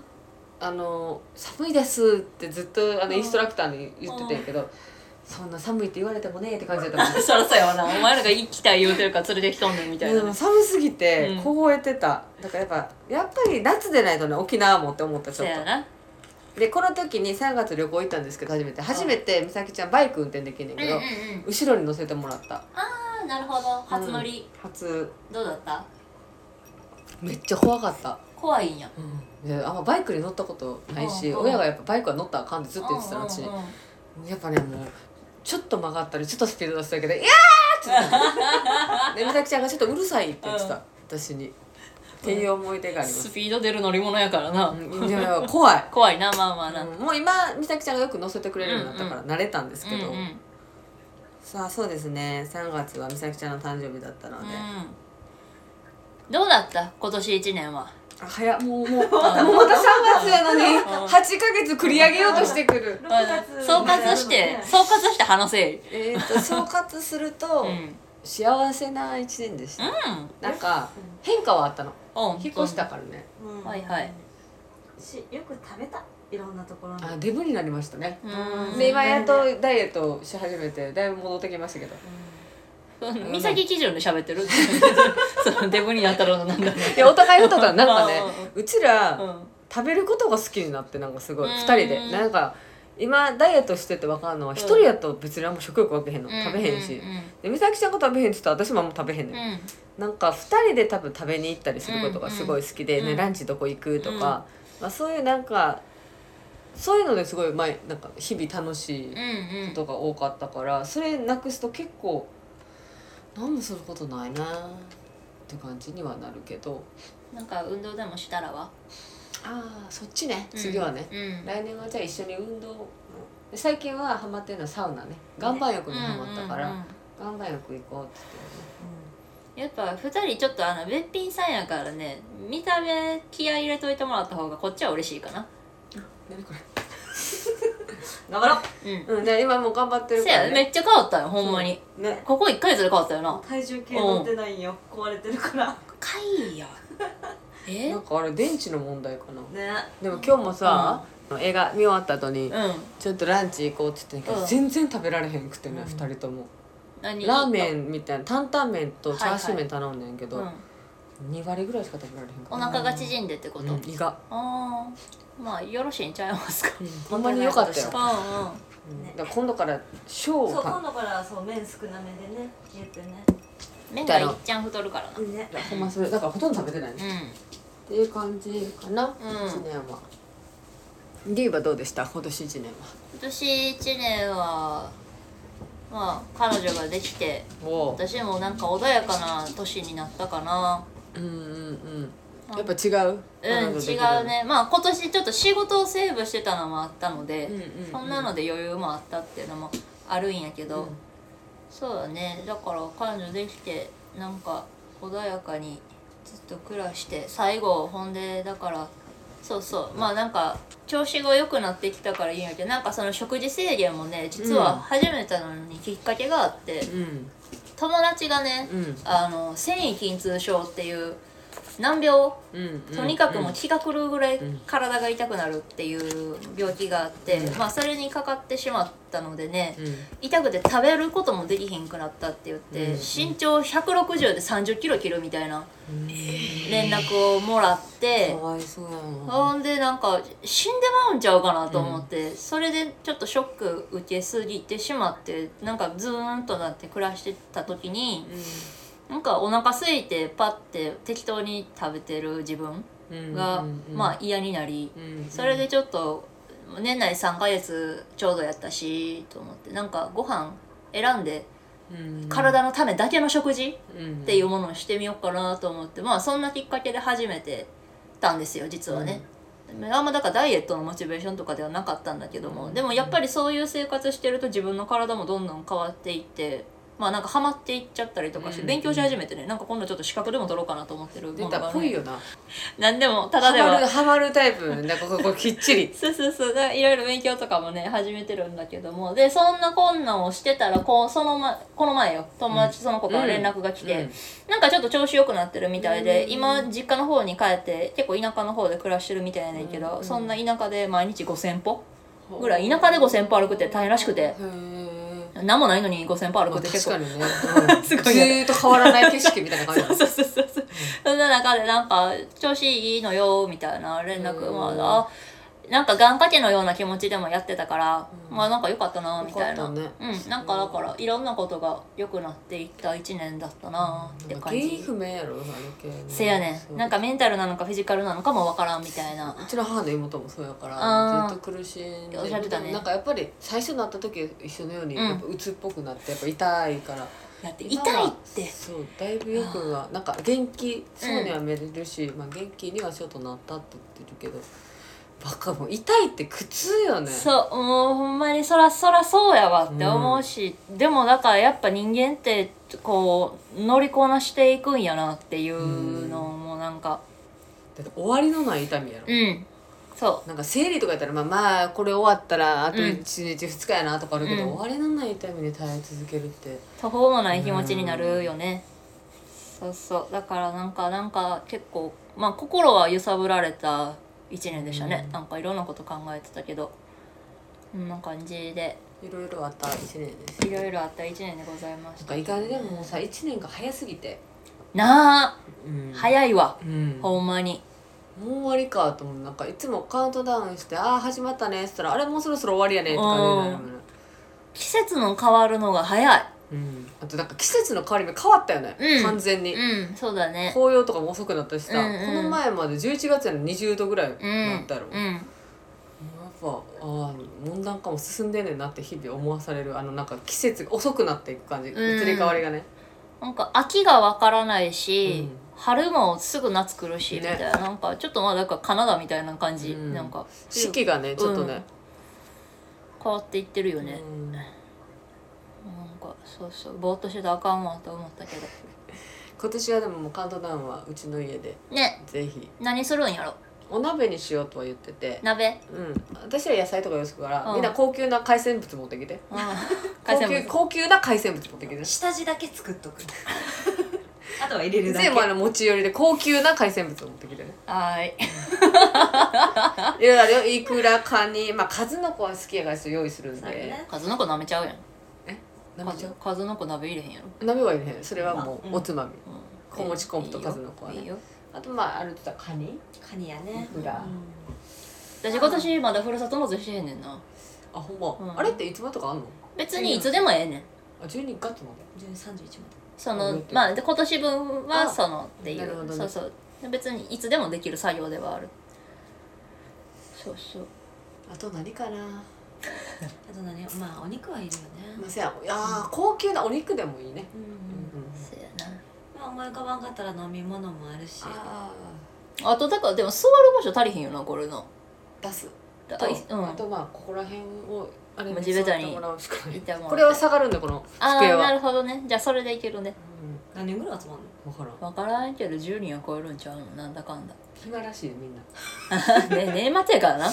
[SPEAKER 2] あの「寒いです」ってずっとあのインストラクターに言ってたんやけど「そんな寒いって言われてもね」って感じだったもん
[SPEAKER 1] ーそらそうやわな。お前らが行きたい言うてるから連れてきとんねんみたい
[SPEAKER 2] で
[SPEAKER 1] な
[SPEAKER 2] も
[SPEAKER 1] ね。
[SPEAKER 2] 寒すぎて
[SPEAKER 1] うん
[SPEAKER 2] 凍えてた、だからやっぱやっぱり夏でないとね沖縄もって思ったち
[SPEAKER 1] そ
[SPEAKER 2] ょっ
[SPEAKER 1] やな。
[SPEAKER 2] とでこの時に3月旅行行ったんですけど初めて初めて美咲ちゃんバイク運転できんねん
[SPEAKER 1] うんう
[SPEAKER 2] け
[SPEAKER 1] んうん。
[SPEAKER 2] ど、後ろに乗せてもらった
[SPEAKER 1] あー、なるほど。初乗り。
[SPEAKER 2] 初
[SPEAKER 1] どうだった
[SPEAKER 2] めっちゃ怖かった
[SPEAKER 1] 怖いんや。
[SPEAKER 2] であんまバイクに乗ったことないし、
[SPEAKER 1] うんうん
[SPEAKER 2] 親がやっぱバイクは乗ったらあかんってずっと言ってたの私、
[SPEAKER 1] うんうんうん
[SPEAKER 2] やっぱねもうちょっと曲がったりちょっとスピード出すだけで「いやー!」 って言ってたで美咲ちゃんがちょっとうるさいって言ってた、
[SPEAKER 1] うん
[SPEAKER 2] 私にっていう思い出がありま
[SPEAKER 1] ス
[SPEAKER 2] す、
[SPEAKER 1] ピード出る乗り物やからな。
[SPEAKER 2] うんいやいや怖い、
[SPEAKER 1] 怖いな、まあまあな。
[SPEAKER 2] うんもう今美咲ちゃんがよく乗せてくれるようになったから慣れたんですけど、
[SPEAKER 1] うんうん
[SPEAKER 2] さあそうですね3月は美咲ちゃんの誕生日だったので、
[SPEAKER 1] うんどうだった今年1年は
[SPEAKER 2] あ早っもうもうもうまた3月やのに8ヶ月繰り上げようとしてくる
[SPEAKER 3] 6月
[SPEAKER 1] 総括して総括して話せよ
[SPEAKER 2] えっと総括すると、
[SPEAKER 1] うんうん
[SPEAKER 2] 幸せな1年でした、なんか変化はあったの
[SPEAKER 1] お
[SPEAKER 2] 引っ越したからね、
[SPEAKER 3] うん
[SPEAKER 1] はいはい
[SPEAKER 3] しよく食べたいろんなところに
[SPEAKER 2] あデブになりましたね、
[SPEAKER 1] うん
[SPEAKER 2] で今やっとダイエットし始めてだいぶ戻ってきました
[SPEAKER 1] う
[SPEAKER 2] けど
[SPEAKER 1] ん美咲基準で喋ってるそのデブになったろうのなんか
[SPEAKER 2] いやお互い太ったらなんか
[SPEAKER 1] う
[SPEAKER 2] ね
[SPEAKER 1] んうん
[SPEAKER 2] うちら、
[SPEAKER 1] うん
[SPEAKER 2] 食べることが好きになってなんかすごい
[SPEAKER 1] うん
[SPEAKER 2] 2人でなんか今ダイエットしてて分かるのは1人やと別にあんま食欲湧けへんの食べへんし
[SPEAKER 1] うん
[SPEAKER 2] で美咲ちゃんが食べへんって言ったら私もあんま食べへ
[SPEAKER 1] う
[SPEAKER 2] んの
[SPEAKER 1] ん
[SPEAKER 2] よ
[SPEAKER 1] うん
[SPEAKER 2] なんか2人で多分食べに行ったりすることがすごい好きで
[SPEAKER 1] うんう
[SPEAKER 2] ね
[SPEAKER 1] ん
[SPEAKER 2] ランチどこ行くとかまあそういうなんかそういうのですごい前なんか日々楽しい
[SPEAKER 1] うんうん
[SPEAKER 2] ことが多かったからそれなくすと結構何もすることないなって感じにはなるけど
[SPEAKER 1] なんか運動でもしたらは
[SPEAKER 2] ああそっちね次はね
[SPEAKER 1] うん
[SPEAKER 2] 来年はじゃあ一緒に運動をで最近はハマってるのはサウナね岩盤浴にハマったから、
[SPEAKER 1] うんうんうん
[SPEAKER 2] 岩盤浴行こうって
[SPEAKER 1] やっぱ二人ちょっとあのべっぴんさんやからね見た目気合い入れといてもらった方がこっちは嬉しいかな
[SPEAKER 2] 言ってたよね何これ頑張ろ
[SPEAKER 1] うん
[SPEAKER 2] う、うん、で今もう頑張ってる
[SPEAKER 1] せ
[SPEAKER 2] から
[SPEAKER 1] やめ
[SPEAKER 2] ね
[SPEAKER 1] っちゃ変わったよほんまに
[SPEAKER 2] ね
[SPEAKER 1] ここ1ヶ月で変わったよな
[SPEAKER 3] 体重計乗ってないんよ壊れてるから
[SPEAKER 1] かいや え
[SPEAKER 2] なんかあれ電池の問題かな
[SPEAKER 3] ね
[SPEAKER 2] でも今日もさ、映画見終わった後に、
[SPEAKER 1] うん
[SPEAKER 2] ちょっとランチ行こうって言ってんけど、
[SPEAKER 1] うん
[SPEAKER 2] 全然食べられへんくてね、
[SPEAKER 3] うん
[SPEAKER 2] 二人とも
[SPEAKER 1] 何
[SPEAKER 2] ラーメンみたいな担々麺とチャーシュー麺頼んねんけど、
[SPEAKER 1] うん
[SPEAKER 2] 二2割ぐらいしか食べられへんか
[SPEAKER 1] お
[SPEAKER 2] ら
[SPEAKER 1] 腹が縮んでってこと、
[SPEAKER 2] うん胃が、
[SPEAKER 1] ああまあよろしいんちゃいますか
[SPEAKER 2] うん、ほんまに良かったよ
[SPEAKER 1] う、んうん
[SPEAKER 2] うんだから今度から小
[SPEAKER 3] そう
[SPEAKER 2] を
[SPEAKER 3] 今度からそう麺少なめでね言ってね
[SPEAKER 1] 麺がいっちゃん太るからなうん
[SPEAKER 3] ね
[SPEAKER 2] いやほんまそれだからほとんど食べてないね、っていう感じかな、
[SPEAKER 1] うん
[SPEAKER 2] 一年はリーはどうでした今年一年は
[SPEAKER 1] 今年1年はまあ彼女ができて
[SPEAKER 2] お
[SPEAKER 1] 私もなんか穏やかな年になったかな
[SPEAKER 2] うんうんうん
[SPEAKER 1] あ
[SPEAKER 2] やっぱ違う
[SPEAKER 1] うん違う、ねまあ今年ちょっと仕事をセーブしてたのもあったので、
[SPEAKER 2] 彼女できるうんうんうん、
[SPEAKER 1] そんなので余裕もあったっていうのもあるんやけど、
[SPEAKER 2] うん
[SPEAKER 1] そうだねだから彼女できてなんか穏やかにずっと暮らして最後ほんでだからそうそうまあなんか調子が良くなってきたからいいんやけどなんかその食事制限もね実
[SPEAKER 2] うん
[SPEAKER 1] は始めたのにきっかけがあって、
[SPEAKER 2] うん
[SPEAKER 1] 友達がね、
[SPEAKER 2] うん
[SPEAKER 1] あの繊維筋痛症っていう難病
[SPEAKER 2] うん
[SPEAKER 1] とにかくもう
[SPEAKER 2] う
[SPEAKER 1] 気が狂うぐらい
[SPEAKER 2] うん
[SPEAKER 1] 体が痛くなるっていう病気があって、
[SPEAKER 2] うん
[SPEAKER 1] まあそれにかかってしまったのでね、
[SPEAKER 2] んうん
[SPEAKER 1] 痛くて食べることもできひんくなったって言って、
[SPEAKER 2] うん
[SPEAKER 1] 身長160で30キロ切るみたいな連絡をもらって
[SPEAKER 2] か、わいそうやな
[SPEAKER 1] ほんでなんか死んでまうんちゃうかなと思って、それでちょっとショック受けすぎてしまってなんかズーンとなって暮らしてた時になんかお腹空いてパッて適当に食べてる自分
[SPEAKER 2] うん
[SPEAKER 1] が、
[SPEAKER 2] うんうん
[SPEAKER 1] まあ嫌になり。
[SPEAKER 2] うん
[SPEAKER 1] それでちょっと年内3ヶ月ちょうどやったしと思ってなんかご飯選んで
[SPEAKER 2] うん
[SPEAKER 1] 体のためだけの食事
[SPEAKER 2] っ
[SPEAKER 1] っていうものをしてみようかなと思ってまあそんなきっかけで始めてたんですよ実はね。あんまだからダイエットのモチベーションとかではなかったんだけどもでもやっぱりそういう生活してると自分の体もどんどん変わっていってまあなんかハマっていっちゃったりとかして
[SPEAKER 2] うん
[SPEAKER 1] 勉強し始めてねなんか今度ちょっと資格でも取ろうかなと思ってるも
[SPEAKER 2] 出
[SPEAKER 1] のが
[SPEAKER 2] た
[SPEAKER 1] あ
[SPEAKER 2] っ
[SPEAKER 1] る
[SPEAKER 2] ぽい
[SPEAKER 1] ね
[SPEAKER 2] よな
[SPEAKER 1] 何でもた
[SPEAKER 2] ハ
[SPEAKER 1] だでは
[SPEAKER 2] マるハマるタイプなんかここきっちり
[SPEAKER 1] そうそうそうだからいろいろ勉強とかもね始めてるんだけどもでそんな困難をしてたらこうその、ま、この前よ友達その子から連絡が来て、
[SPEAKER 2] うん
[SPEAKER 1] なんかちょっと調子良くなってるみたいで、
[SPEAKER 2] うん
[SPEAKER 1] 今実家の方に帰って結構田舎の方で暮らしてるみたいやねんけど、
[SPEAKER 2] うん
[SPEAKER 1] そんな田舎で毎日5,000歩ぐらい田舎で5,000歩歩くって大変らしくて
[SPEAKER 2] へー
[SPEAKER 1] 何もないのに5,000歩歩く
[SPEAKER 2] まあ
[SPEAKER 1] って
[SPEAKER 2] 確
[SPEAKER 1] 結
[SPEAKER 2] か
[SPEAKER 1] 構。
[SPEAKER 2] にね、うん、
[SPEAKER 1] すごい
[SPEAKER 2] ず
[SPEAKER 1] ね
[SPEAKER 2] ーっと変わらない景色みたいな感じ
[SPEAKER 1] そうそうそうそうそんな中でなんか「調子いいのよ」みたいな連絡
[SPEAKER 2] うん
[SPEAKER 1] まああなんか願掛けのような気持ちでもやってたから、
[SPEAKER 2] うん
[SPEAKER 1] まあなんか良かったなみたいな
[SPEAKER 2] 良かったね
[SPEAKER 1] うんなんかだからいろんなことが良くなっていった1年だったなって感
[SPEAKER 2] 原因
[SPEAKER 1] じ
[SPEAKER 2] 不明やろあの系ね
[SPEAKER 1] せやね
[SPEAKER 2] そうん
[SPEAKER 1] なんかメンタルなのかフィジカルなのかもわからんみたいな
[SPEAKER 2] うちの母の妹もそうやか
[SPEAKER 1] あ
[SPEAKER 2] ら
[SPEAKER 1] ー
[SPEAKER 2] ずっと苦しんで
[SPEAKER 1] おっしゃってたね
[SPEAKER 2] でもなんかやっぱり最初なった時一緒のように
[SPEAKER 1] うん
[SPEAKER 2] やっぱ鬱っぽくなってやっぱ痛いから、
[SPEAKER 1] だって
[SPEAKER 2] 今は
[SPEAKER 1] 痛いって
[SPEAKER 2] そうだいぶよくはなんか元気そうには見れるし、まあ、元気にはちょっとなったって言ってるけどバカもう痛いって苦痛よね
[SPEAKER 1] そうもうほんまにそらそらそうやわって思うし、でもだからやっぱ人間ってこう乗りこなしていくんやなっていうのもなんか
[SPEAKER 2] だって終わりのない痛みやろ、
[SPEAKER 1] うん、そ
[SPEAKER 2] なんか生理とかやったらまあまあこれ終わったらあと
[SPEAKER 1] うん
[SPEAKER 2] 1日2日やなとかあるけど、
[SPEAKER 1] うん
[SPEAKER 2] 終わりのない痛みで耐え続けるって
[SPEAKER 1] う途方もない気持ちになるよね、そうそうだからなんかなんか結構まあ心は揺さぶられた一年でしたね、
[SPEAKER 2] うん
[SPEAKER 1] なんかいろんなこと考えてたけどこんな感じで
[SPEAKER 2] いろいろあった1年です
[SPEAKER 1] いろいろあった一年でございました
[SPEAKER 2] なんか意外にでももうさ1年が早すぎて、
[SPEAKER 1] なあ
[SPEAKER 2] うん
[SPEAKER 1] 早いわ、
[SPEAKER 2] うん、も
[SPEAKER 1] ほんまに
[SPEAKER 2] う終わりかと思うなんかいつもカウントダウンして「ああ始まったね」っつったら「あれもうそろそろ終わりやね」とかね、
[SPEAKER 1] 季節の変わるのが早い
[SPEAKER 2] うん、あとなんか季節の変わり目変わったよね、
[SPEAKER 1] うん
[SPEAKER 2] 完全に、
[SPEAKER 1] うんそうだね
[SPEAKER 2] 紅葉とかも遅くなったしさ、
[SPEAKER 1] うんうん
[SPEAKER 2] この前まで11月やの20度ぐらい
[SPEAKER 1] うん
[SPEAKER 2] なったやろ、
[SPEAKER 1] う
[SPEAKER 2] やっ
[SPEAKER 1] ん
[SPEAKER 2] ぱああ温暖化も進んでんねんなって日々思わされるあのなんか季節が遅くなっていく感じ、
[SPEAKER 1] うん
[SPEAKER 2] 移り変わりがね
[SPEAKER 1] なんか秋がわからないし、
[SPEAKER 2] うん
[SPEAKER 1] 春もすぐ夏来るし、
[SPEAKER 2] ね
[SPEAKER 1] みたいななんかちょっとまあなんかカナダみたいな感じ、
[SPEAKER 2] うん
[SPEAKER 1] なんか
[SPEAKER 2] 四季がねちょっとね,
[SPEAKER 1] 変わっていってるよ
[SPEAKER 2] うん、
[SPEAKER 1] ね、なんかそうそうぼーっとしてたらあかんわと思ったけど
[SPEAKER 2] 今年はでももうカウントダウンはうちの家で
[SPEAKER 1] ね
[SPEAKER 2] ぜひ
[SPEAKER 1] 何するんやろ
[SPEAKER 2] お鍋にしようとは言ってて、
[SPEAKER 1] 鍋
[SPEAKER 2] うん、私は野菜とかよそくから、
[SPEAKER 1] うん
[SPEAKER 2] みんな高級な海鮮物持ってきて
[SPEAKER 1] うん海
[SPEAKER 2] 高級
[SPEAKER 1] 鮮物
[SPEAKER 2] 高級な海鮮物持ってきて
[SPEAKER 3] 下地だけ作っとく あとは入れるだけ
[SPEAKER 2] 全部あの持ち寄りで高級な海鮮物を持ってきてね
[SPEAKER 1] は ーい
[SPEAKER 2] いろいろあるよいくらカニまあ数の子は好きやからちょっと用意するんで、
[SPEAKER 3] そうやね
[SPEAKER 1] 数の子舐めちゃうやん
[SPEAKER 2] なめ
[SPEAKER 1] 数
[SPEAKER 2] ちゃう
[SPEAKER 1] 数の子鍋入れへんやろ、
[SPEAKER 2] 鍋は入れへんそれはも
[SPEAKER 3] まあうん
[SPEAKER 2] うおつまみ、
[SPEAKER 1] うん、
[SPEAKER 2] 小餅昆布と
[SPEAKER 1] いいよ
[SPEAKER 2] 数の子はね
[SPEAKER 1] いいよ
[SPEAKER 2] あとまああるって言ったらカニ
[SPEAKER 3] カニやね
[SPEAKER 2] いくら
[SPEAKER 3] うん
[SPEAKER 1] 私今年まだふるさと納税してへんねんな
[SPEAKER 2] あほんま、
[SPEAKER 1] うん
[SPEAKER 2] あれっていつまでとかあんの
[SPEAKER 1] 別にいつでもええねん
[SPEAKER 2] あ12月ま
[SPEAKER 3] 12 31まで
[SPEAKER 1] そ
[SPEAKER 2] あ
[SPEAKER 1] の
[SPEAKER 2] 本当
[SPEAKER 1] まあで今年分は
[SPEAKER 2] あ
[SPEAKER 1] そのってい
[SPEAKER 2] なるほ
[SPEAKER 1] う、
[SPEAKER 2] どね
[SPEAKER 1] そうそう別にいつでもできる作業ではあるそうそう
[SPEAKER 2] であと何かなま
[SPEAKER 3] あと何まあお肉はいるよね
[SPEAKER 2] あせやいやー高級なお肉でもいいね、
[SPEAKER 3] うんうん
[SPEAKER 2] うん
[SPEAKER 1] そうや
[SPEAKER 3] まあ思い浮かばんかったら飲み物もあるし
[SPEAKER 2] あ
[SPEAKER 1] なあとだからでも座る場所足りひんよなこれの
[SPEAKER 2] あ出す
[SPEAKER 1] だ
[SPEAKER 2] と
[SPEAKER 1] あいうん
[SPEAKER 2] あとまあここら辺をあれ
[SPEAKER 1] まあ
[SPEAKER 2] に
[SPEAKER 1] 地べたに
[SPEAKER 2] 座ってもらうしかない
[SPEAKER 1] いてもらって
[SPEAKER 2] これは下がるんだこの
[SPEAKER 1] あ
[SPEAKER 2] 机
[SPEAKER 1] あ
[SPEAKER 2] は
[SPEAKER 1] なるほどねじゃあそれでいけるね
[SPEAKER 3] 何人ぐらい集まんの
[SPEAKER 2] 分からん
[SPEAKER 1] 分からんけど10人は超えるんちゃうのなんだかんだ
[SPEAKER 2] 暇らしいみんな
[SPEAKER 1] ね年末やからな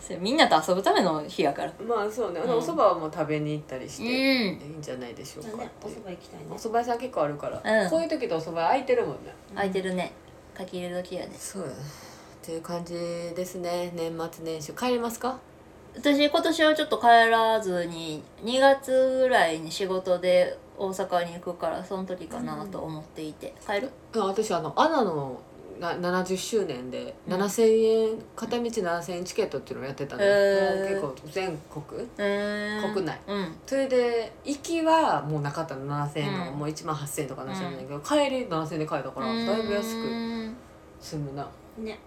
[SPEAKER 1] それみんなと遊ぶための日やから
[SPEAKER 2] まあそうね、
[SPEAKER 1] うん
[SPEAKER 2] おそばも食べに行ったりし
[SPEAKER 1] う
[SPEAKER 2] て、い
[SPEAKER 1] ん
[SPEAKER 2] いんじゃないでしょう
[SPEAKER 3] だ
[SPEAKER 2] かっ
[SPEAKER 3] ねお
[SPEAKER 2] てい
[SPEAKER 3] 蕎
[SPEAKER 2] う
[SPEAKER 3] 麦行きたい
[SPEAKER 2] お
[SPEAKER 3] ね
[SPEAKER 2] そば屋さん結構あるから、
[SPEAKER 1] うん
[SPEAKER 2] こういう時っておそば屋空いてるもんね
[SPEAKER 1] 空いてるね書き入れ時やね
[SPEAKER 2] そうだねっていう感じですね年末年始帰りますか
[SPEAKER 1] 私今年はちょっと帰らずに2月ぐらいに仕事で大阪に行くからその時かなと思っていて、帰る
[SPEAKER 2] うん私あのアナのな70周年で
[SPEAKER 1] うん
[SPEAKER 2] 7000円片道7000円チケットっていうのをやってたの、
[SPEAKER 1] へー
[SPEAKER 2] もう結構全国
[SPEAKER 1] うーん
[SPEAKER 2] 国内
[SPEAKER 1] うん
[SPEAKER 2] それで行きはもうなかったの7000円の、
[SPEAKER 1] うん
[SPEAKER 2] もう1万8000円とかなっちゃうんだけど、帰り7000円で帰ったからだいぶ安
[SPEAKER 1] う
[SPEAKER 2] く
[SPEAKER 1] ーん
[SPEAKER 2] 済むな
[SPEAKER 3] ね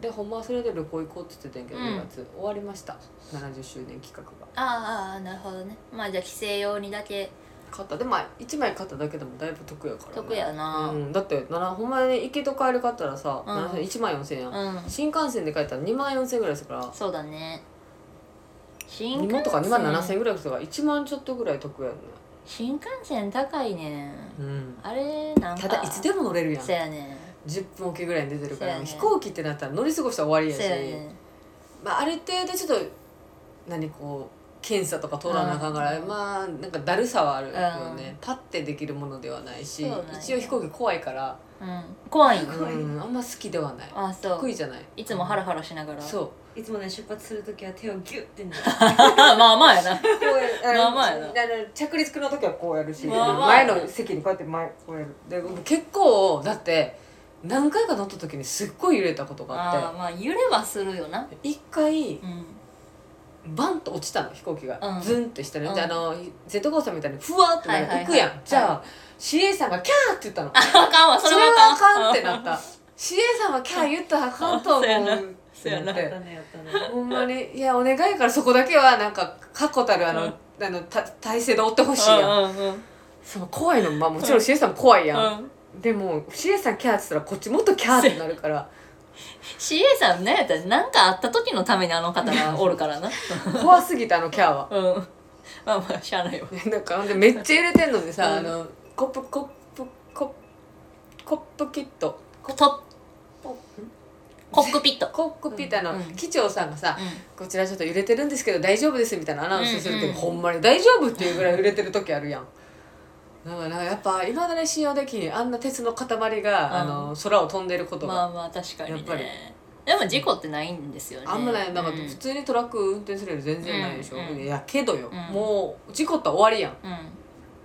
[SPEAKER 2] でほんまはそれで旅行行こうって言ってたんやけど、
[SPEAKER 1] うん
[SPEAKER 2] 2月終わりました70周年企画が
[SPEAKER 1] ああなるほどねまあじゃあ帰省用にだけ
[SPEAKER 2] 買ったでも1枚買っただけでもだいぶ得やから、ね、
[SPEAKER 1] 得やな
[SPEAKER 2] うん、だってならほんまに行きと帰り買ったらさ、
[SPEAKER 1] うん
[SPEAKER 2] 7000 1万4000円やん、
[SPEAKER 1] うん、
[SPEAKER 2] 新幹線で帰ったら2万4000円ぐらいですから
[SPEAKER 1] そうだね新
[SPEAKER 2] 2
[SPEAKER 1] 幹線
[SPEAKER 2] 万とか2万7000円ぐらいですから1万ちょっとぐらい得やんね
[SPEAKER 1] 新幹線高いねん
[SPEAKER 2] うん
[SPEAKER 1] あれなん
[SPEAKER 2] た
[SPEAKER 1] か
[SPEAKER 2] だいつでも乗れるやん
[SPEAKER 1] そうやね
[SPEAKER 2] 10分おきぐらいに出てるか
[SPEAKER 1] そうや
[SPEAKER 2] ら、
[SPEAKER 1] ね
[SPEAKER 2] 飛行機ってなったら乗り過ごしたら終わり
[SPEAKER 1] そう
[SPEAKER 2] やし
[SPEAKER 1] やね
[SPEAKER 2] まあ、ある程度ちょっと何こう検査とか通らなあかんから、
[SPEAKER 1] うん
[SPEAKER 2] まあなんかだるさはあるよ
[SPEAKER 1] う
[SPEAKER 2] ね、
[SPEAKER 1] ん
[SPEAKER 2] 立ってできるものではないし
[SPEAKER 1] そうなんや
[SPEAKER 2] 一応飛行機怖いから、
[SPEAKER 1] うん怖いん
[SPEAKER 3] 怖い
[SPEAKER 2] うん、あんま好きではない
[SPEAKER 1] あそ
[SPEAKER 2] 得
[SPEAKER 1] う
[SPEAKER 2] 意じゃない
[SPEAKER 1] いつもハラハラしながら
[SPEAKER 2] そう
[SPEAKER 3] いつもね出発する時は手をギュッて ね
[SPEAKER 1] まあまあやな
[SPEAKER 2] こうや
[SPEAKER 1] まあまあやな
[SPEAKER 2] 着陸の時はこうやるし、
[SPEAKER 1] まあまあ
[SPEAKER 2] 前の席にこうやって前こうやるで結構だって何回か乗った時にすっごい揺れたことがあ
[SPEAKER 1] あ
[SPEAKER 2] っ
[SPEAKER 1] ーまあ揺れはするよな
[SPEAKER 2] て一回
[SPEAKER 1] うん
[SPEAKER 2] バンと落ちたの飛行機が、
[SPEAKER 1] うん
[SPEAKER 2] ズンってしたの、で
[SPEAKER 1] うん
[SPEAKER 2] あのジェットコースターみたいにふわってなる
[SPEAKER 1] はいはいはい
[SPEAKER 2] 浮くやん、
[SPEAKER 1] はい
[SPEAKER 2] じゃあ CA さんが「キャー!」って言ったの
[SPEAKER 1] あかんわそ
[SPEAKER 2] そ
[SPEAKER 1] れ
[SPEAKER 2] れは
[SPEAKER 1] は
[SPEAKER 2] あ
[SPEAKER 1] あかん
[SPEAKER 2] かんってなった CA さんは「キャー!」言ったらあかんと思う
[SPEAKER 1] そうやなそうや
[SPEAKER 3] や
[SPEAKER 1] な
[SPEAKER 3] っ
[SPEAKER 2] って
[SPEAKER 3] たねやったね
[SPEAKER 2] ほんまにいやお願いからそこだけはなんか確固たるあの、
[SPEAKER 1] うん
[SPEAKER 2] あのた体勢で追ってほしいやん、
[SPEAKER 1] うんうんうん
[SPEAKER 2] そう怖いのまあもちろん CA さんも怖いやん、
[SPEAKER 1] うん
[SPEAKER 2] でも CA さんキャーって言ったらこっちもっとキャーってなるから
[SPEAKER 1] CA さんねやったら何かあった時のためにあの方がおるからな
[SPEAKER 2] 怖すぎてあのキャーは
[SPEAKER 1] うんまあまあしゃあないわ
[SPEAKER 2] ねなんかほんでめっちゃ入れてんのにさ、
[SPEAKER 1] うん
[SPEAKER 2] あのコップコップコップコップキット
[SPEAKER 1] コッコックピット
[SPEAKER 2] コックピットあの、
[SPEAKER 1] うん
[SPEAKER 2] 機長さんがさ、
[SPEAKER 1] う
[SPEAKER 2] こちらちょっと揺れてるんですけど大丈夫ですみたいなアナウンスするけど、
[SPEAKER 1] うんうん
[SPEAKER 2] ほんまに大丈夫っていうぐらい揺れてる時あるやん。なんかなんかやっぱいまだに信用できんあんな鉄の塊が、
[SPEAKER 1] うん
[SPEAKER 2] あの空を飛んでること
[SPEAKER 1] ん
[SPEAKER 2] が、
[SPEAKER 1] まあまあ確かに
[SPEAKER 2] やっぱり
[SPEAKER 1] ねでも事故ってないんですよね
[SPEAKER 2] あんまないなんか
[SPEAKER 1] うん
[SPEAKER 2] 普通にトラック運転するより全然ないでしょ、
[SPEAKER 1] うんうん
[SPEAKER 2] いやけどよ、
[SPEAKER 1] うん
[SPEAKER 2] もう事故ったら終わりやん
[SPEAKER 1] うん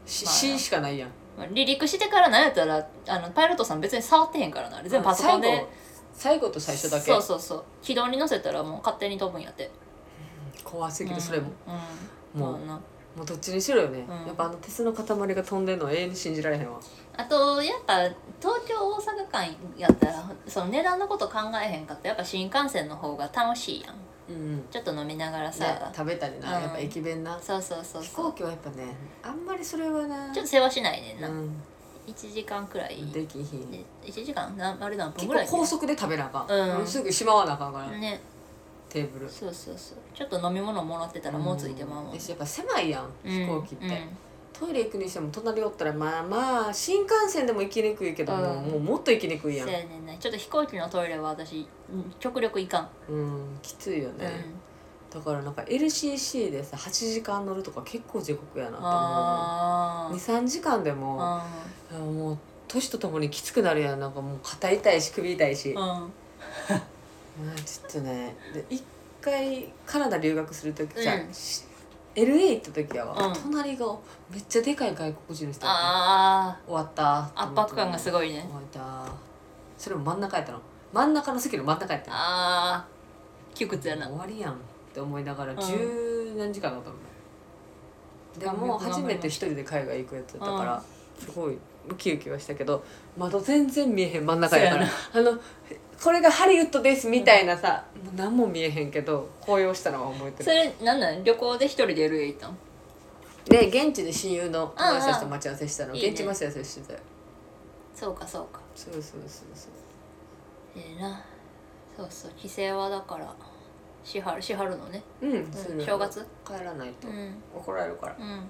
[SPEAKER 2] し,、
[SPEAKER 1] まあ
[SPEAKER 2] しかないやん
[SPEAKER 1] まあ離陸してからなんやったらあのパイロットさん別に触ってへんからなあれ全部パソコンで
[SPEAKER 2] 最後最後と最初だけ
[SPEAKER 1] そうそうそう軌道に乗せたらもう勝手に飛ぶんやって
[SPEAKER 2] 怖すぎるそれも、
[SPEAKER 1] うん
[SPEAKER 2] もう
[SPEAKER 1] まあな
[SPEAKER 2] もうどっちにしろよね、
[SPEAKER 1] うん
[SPEAKER 2] やっぱあの鉄の塊が飛んでるのは永遠に信じられへんわ
[SPEAKER 1] あとやっぱ東京大阪間やったらその値段のこと考えへんかったらやっぱ新幹線の方が楽しいやん
[SPEAKER 2] うん
[SPEAKER 1] ちょっと飲みながらさ、
[SPEAKER 2] ね、食べたりな、
[SPEAKER 1] うん
[SPEAKER 2] やっぱ駅弁な
[SPEAKER 1] そうそうそう
[SPEAKER 2] 飛
[SPEAKER 1] そ
[SPEAKER 2] 行
[SPEAKER 1] う
[SPEAKER 2] 機はやっぱねあんまりそれはな
[SPEAKER 1] ちょっと世話しないねんな、
[SPEAKER 2] うん
[SPEAKER 1] 1時間くらい
[SPEAKER 2] できひん
[SPEAKER 1] で1時間なあれ何分
[SPEAKER 2] 結
[SPEAKER 1] ぐら
[SPEAKER 2] 構
[SPEAKER 1] い
[SPEAKER 2] 高速で食べなあかん、
[SPEAKER 1] うん
[SPEAKER 2] すぐしまわなあかんから、
[SPEAKER 1] ね
[SPEAKER 2] テーブル
[SPEAKER 1] そうそうそうちょっと飲み物もらってたらもうついてまうもん、
[SPEAKER 2] んやしやっぱ狭いやん、飛行機って、
[SPEAKER 1] うん
[SPEAKER 2] トイレ行くにしても隣おったらまあまあ新幹線でも行きにくいけども、
[SPEAKER 1] うん
[SPEAKER 2] もうもっと行きにくいやん
[SPEAKER 1] せ、やねんなちょっと飛行機のトイレは私うん極力行かん、
[SPEAKER 2] うん、きついよ
[SPEAKER 1] うん
[SPEAKER 2] ね、だからなんか LCC でさ8時間乗るとか結構地獄やなって思
[SPEAKER 1] あ
[SPEAKER 2] う23時間で
[SPEAKER 1] ー
[SPEAKER 2] も、
[SPEAKER 1] あ
[SPEAKER 2] あもう年とともにきつくなるやんなんかもう肩痛いし首痛いし、
[SPEAKER 1] ーうん
[SPEAKER 2] うんちょっとねで一回カナダ留学する時さ、
[SPEAKER 1] うん
[SPEAKER 2] し LA 行った時やわ、
[SPEAKER 1] うん
[SPEAKER 2] 隣がめっちゃでかい外国人の人やっ
[SPEAKER 1] あ
[SPEAKER 2] た終わった
[SPEAKER 1] あ圧迫感がす
[SPEAKER 2] い
[SPEAKER 1] ごいね
[SPEAKER 2] 終わったそれも真ん中やったの真ん中の席の真ん中やったの
[SPEAKER 1] ああ窮屈やな
[SPEAKER 2] 終わりやんって思いながら
[SPEAKER 1] ん
[SPEAKER 2] 十何時間だったの、ん、で
[SPEAKER 1] 頑張り
[SPEAKER 2] も
[SPEAKER 1] ます
[SPEAKER 2] 初めて一人で海外行くやつだったから、すごいウキウキはしたけど窓全然見えへん真ん中やからあのこれがハリウッドですみたいなさ、もう何も見えへんけど紅葉したのは覚えて
[SPEAKER 1] そ
[SPEAKER 2] る
[SPEAKER 1] れなんなん旅行で一人で LA 行ったん
[SPEAKER 2] で現地で親友の友達たちと待ち合わせしたの
[SPEAKER 1] うんうん
[SPEAKER 2] 現地待ち合わせしてたよ
[SPEAKER 1] そうかそうか
[SPEAKER 2] そうそうそうそう
[SPEAKER 1] ええなそうそう帰省はだからしはるしはるのね、
[SPEAKER 2] うん、
[SPEAKER 1] うん
[SPEAKER 2] そうなの
[SPEAKER 1] 正月
[SPEAKER 2] 帰らないと
[SPEAKER 1] うん
[SPEAKER 2] 怒られるから、
[SPEAKER 1] うん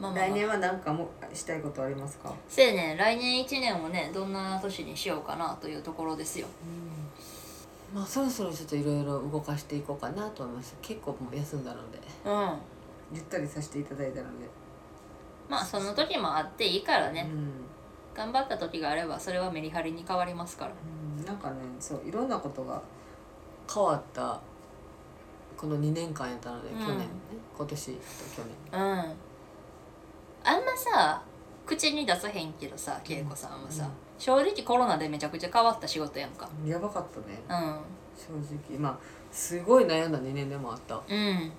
[SPEAKER 1] まあまあ、まあ、
[SPEAKER 2] 来年は何かもしたいことありますか、
[SPEAKER 1] せやねん来年1年もねどんな年にしようかなというところですよ
[SPEAKER 2] まあそろそろちょっといろいろ動かしていこうかなと思いました結構もう休んだので
[SPEAKER 1] うん
[SPEAKER 2] ゆったりさせていただいたので、
[SPEAKER 1] まあその時もあっていいからね
[SPEAKER 2] う、ん
[SPEAKER 1] 頑張った時があればそれはメリハリに変わりますから
[SPEAKER 2] うんなんかねそういろんなことが変わったこの2年間やったので、
[SPEAKER 1] うん
[SPEAKER 2] 去年ね今年と
[SPEAKER 1] う
[SPEAKER 2] 去
[SPEAKER 1] んあんまさ口に出さへんけどさ恵子さんはさ、
[SPEAKER 2] うん
[SPEAKER 1] 正直コロナでめちゃくちゃ変わった仕事やんか
[SPEAKER 2] 年やばかった
[SPEAKER 1] う
[SPEAKER 2] ね正直まあすごい悩んだ2年でもあった
[SPEAKER 1] んうん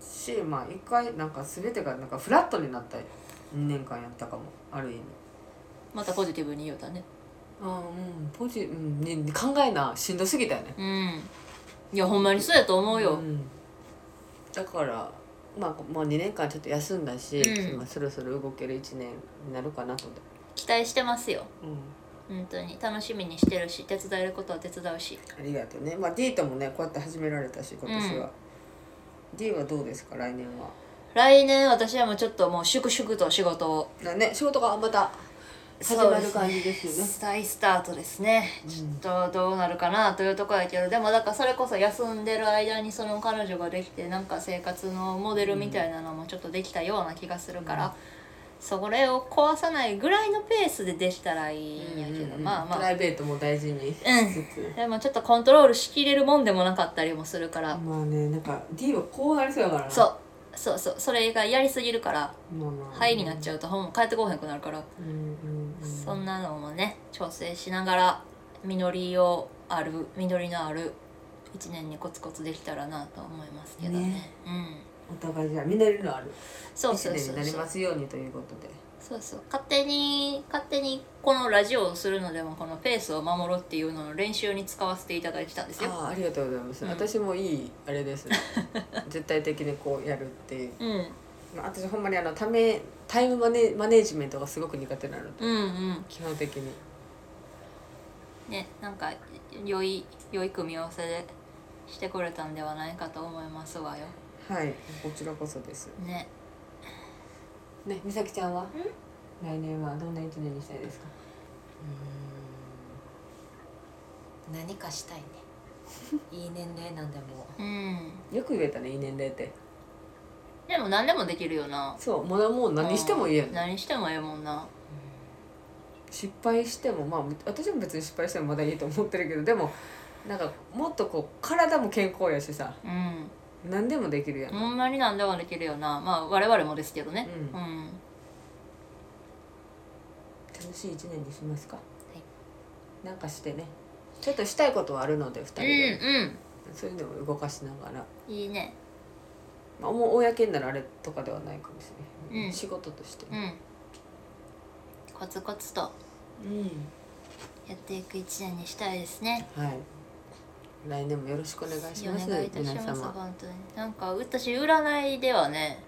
[SPEAKER 2] しまあ一回なんか全てがなんかフラットになった2年間やったかもある意味
[SPEAKER 1] またポジティブに言うたね
[SPEAKER 2] あうんポジ、うんね、考えなしんどすぎたよね
[SPEAKER 1] うんいやほんまにそうやと思うよ、
[SPEAKER 2] んだからまあもう2年間ちょっと休んだし、
[SPEAKER 1] うん
[SPEAKER 2] まあ、そろそろ動ける1年になるかなと思って、
[SPEAKER 1] 期待してますよ
[SPEAKER 2] うん、
[SPEAKER 1] 本当に楽しみにしてるし手伝えることは手伝うし
[SPEAKER 2] ありがとうねまあ D ともねこうやって始められたし今年は、D はどうですか来年は
[SPEAKER 1] 来年私はもうちょっともう粛々と仕事を
[SPEAKER 2] だね仕事がまた始まる感じですよね
[SPEAKER 1] 再スタートですね、ちょっとどうなるかなというところやけどでもだからそれこそ休んでる間にその彼女ができてなんか生活のモデルみたいなのもちょっとできたような気がするから、
[SPEAKER 2] うん
[SPEAKER 1] それを壊さないぐらいのペースでできたらいいんやけど、
[SPEAKER 2] うん
[SPEAKER 1] まあま
[SPEAKER 2] プ
[SPEAKER 1] あ
[SPEAKER 2] ライベートも大事にしつつ、
[SPEAKER 1] でもちょっとコントロールしきれるもんでもなかったりもするから、
[SPEAKER 2] まあねなんか D はこうなりそうやからな
[SPEAKER 1] そうそうそうそれがやりすぎるから
[SPEAKER 2] まあまあ
[SPEAKER 1] 肺になっちゃうとほんま帰ってこうへんくなるから、
[SPEAKER 2] うんうんうん
[SPEAKER 1] そんなのもね調整しながら実りをある実りのある一年にコツコツできたらなと思いますけどね
[SPEAKER 2] ね
[SPEAKER 1] うん
[SPEAKER 2] お互いじゃあ実りのある
[SPEAKER 1] そう
[SPEAKER 2] 一
[SPEAKER 1] そう
[SPEAKER 2] 年
[SPEAKER 1] そ
[SPEAKER 2] に
[SPEAKER 1] う
[SPEAKER 2] なり
[SPEAKER 1] そ
[SPEAKER 2] ま
[SPEAKER 1] う
[SPEAKER 2] すようにということで
[SPEAKER 1] そうそう勝手に勝手にこのラジオをするのでもこのペースを守ろうっていうのの練習に使わせていただいてたんですよ
[SPEAKER 2] ああありがとうございます、
[SPEAKER 1] うん
[SPEAKER 2] 私もいいあ れですね絶対的にこうやるっていう、
[SPEAKER 1] うん
[SPEAKER 2] まあ、私ほんまにあのためタイムマネマネージメントがすごく苦手なので、
[SPEAKER 1] うんうん
[SPEAKER 2] 基本的に
[SPEAKER 1] ねねなんか良い良い組み合わせでしてくれたんではないかと思いますわよ
[SPEAKER 2] はいこちらこそです
[SPEAKER 1] ね
[SPEAKER 2] ね美咲ちゃんは来年はどんな一年にしたいですか
[SPEAKER 3] 何かしたい ねいい年齢なんでも
[SPEAKER 1] うん
[SPEAKER 2] よく言えたねいい年齢って
[SPEAKER 1] でも何でもできるよな
[SPEAKER 2] そうまだもう何してもいいや
[SPEAKER 1] うんん何してもええもんな
[SPEAKER 2] 失敗してもまあ私も別に失敗してもまだいいと思ってるけどでもなんかもっとこう体も健康やしさ
[SPEAKER 1] うん
[SPEAKER 2] 何でもできるやん、
[SPEAKER 1] ほんまに何でもできるよなまあ我々もですけどね
[SPEAKER 2] うん
[SPEAKER 1] うん
[SPEAKER 2] 楽しい一年にしますか、なんかしてねちょっとしたいことはあるので2人
[SPEAKER 1] うん
[SPEAKER 2] で、
[SPEAKER 1] う
[SPEAKER 2] そういうのを動かしながら、
[SPEAKER 1] んいいね
[SPEAKER 2] まあ、もう公になるあれとかではないかもしれない、
[SPEAKER 1] うん
[SPEAKER 2] 仕事として
[SPEAKER 1] う、んコツコツと
[SPEAKER 2] うん
[SPEAKER 1] やっていく一年にしたいですね
[SPEAKER 2] はい来年もよろしくお願いします
[SPEAKER 1] お願いいたし
[SPEAKER 2] 皆
[SPEAKER 1] ます
[SPEAKER 2] 様
[SPEAKER 1] 本当になんか私占いではね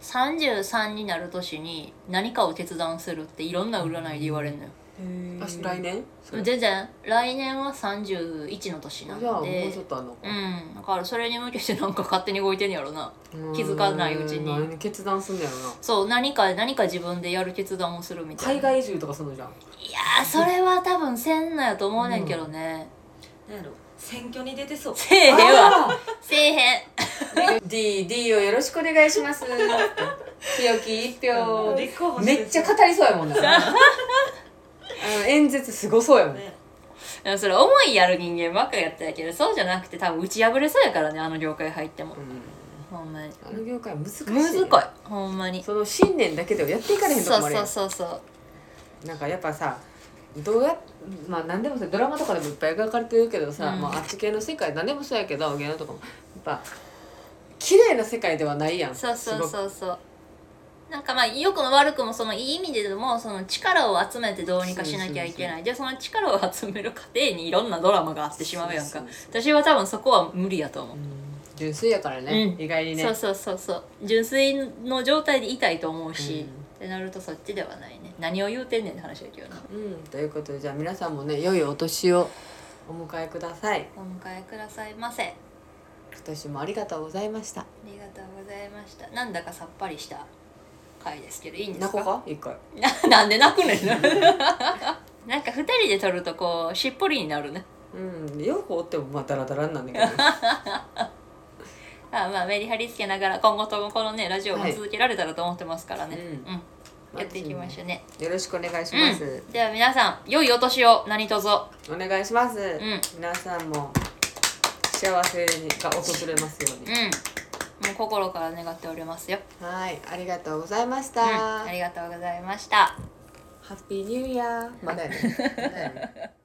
[SPEAKER 1] 33になる年に何かを決断するっていろんな占いで言われるのよ、
[SPEAKER 2] あし来年
[SPEAKER 1] 全然来年は31の年な
[SPEAKER 2] あじゃ
[SPEAKER 1] ん
[SPEAKER 2] あもう
[SPEAKER 1] で
[SPEAKER 2] ちょっとあんのか
[SPEAKER 1] うんだからそれに向けてなんか勝手に動いてんやろな気づかないうちに
[SPEAKER 2] ん何決断すんのやろな
[SPEAKER 1] そう何か何か自分でやる決断をするみたい
[SPEAKER 2] 海
[SPEAKER 1] な
[SPEAKER 2] 外移住とかすんのじゃん
[SPEAKER 1] いやーそれは多分せんなやと思うねんけどね、
[SPEAKER 3] 何やろ選挙に出てそう
[SPEAKER 1] せえへんわせえへん
[SPEAKER 2] D D をよろしくお願いします。清き一票。
[SPEAKER 3] 立候補して
[SPEAKER 2] めっちゃ語りそうや もんな。あの演説すごそうやもん。
[SPEAKER 3] ね
[SPEAKER 1] いやそれ思いやる人間ばっかやったんやけどそうじゃなくて多分打ち破れそうやからねあの業界入ってもほんまに
[SPEAKER 2] あの業界難しい。
[SPEAKER 1] むずこい。ほんまに
[SPEAKER 2] その信念だけではやっていかれへんと
[SPEAKER 1] そ
[SPEAKER 2] こもあ
[SPEAKER 1] う
[SPEAKER 2] る
[SPEAKER 1] そ
[SPEAKER 2] や。
[SPEAKER 1] うんそうそう
[SPEAKER 2] なんかやっぱさ。どうやまあ何でもさドラマとかでもいっぱい描かれてるけどさ、
[SPEAKER 1] うん
[SPEAKER 2] まあ、あっち系の世界何でもそうやけど芸能とかもやっぱ綺麗な世界ではないやん
[SPEAKER 1] そうそう
[SPEAKER 2] すごく
[SPEAKER 1] そうそうなんかまあ良くも悪くもそのいい意味でもその力を集めてどうにかしなきゃいけないでその力を集める過程にいろんなドラマがあってしまうやん
[SPEAKER 2] そ
[SPEAKER 1] か
[SPEAKER 2] うそう
[SPEAKER 1] 私は多分そこは無理やと思う
[SPEAKER 2] うん純粋やからね、
[SPEAKER 1] うん
[SPEAKER 2] 意外にね
[SPEAKER 1] そうそうそうそう純粋の状態で痛いと思うし、ってなるとそっちではないね何を言うてんねんって話だけどな
[SPEAKER 2] うん、ということでじゃあ皆さんもね良いお年をお迎えください
[SPEAKER 1] お迎えくださいませあ
[SPEAKER 2] 今年もありがとうございました
[SPEAKER 1] りがとうございましたなんだかさっぱりした回ですけどいいんで
[SPEAKER 2] な
[SPEAKER 1] す
[SPEAKER 2] こ
[SPEAKER 1] か
[SPEAKER 2] か一回
[SPEAKER 1] な なんで泣くねんなんか二人で撮るとこうしっぽりになるね
[SPEAKER 2] うんよくおってもまあダラダラなんだけど
[SPEAKER 1] まあまあメリハリつけながら今後ともこのねラジオ
[SPEAKER 2] は
[SPEAKER 1] が
[SPEAKER 2] い
[SPEAKER 1] 続けられたらと思ってますからね、
[SPEAKER 2] うん
[SPEAKER 1] うんやっていきましょうね、
[SPEAKER 2] よろしくお願いします、
[SPEAKER 1] うん、では皆さん良いお年を何卒
[SPEAKER 2] お願いします、
[SPEAKER 1] ん
[SPEAKER 2] 皆さんも幸せが訪れますよう
[SPEAKER 1] う
[SPEAKER 2] に、
[SPEAKER 1] んもう心から願っておりますよ、
[SPEAKER 2] はいありがとうございまし
[SPEAKER 1] う
[SPEAKER 2] た、
[SPEAKER 1] ん、ありがとうございました
[SPEAKER 2] ハッピーニューイヤーまだやねまだやね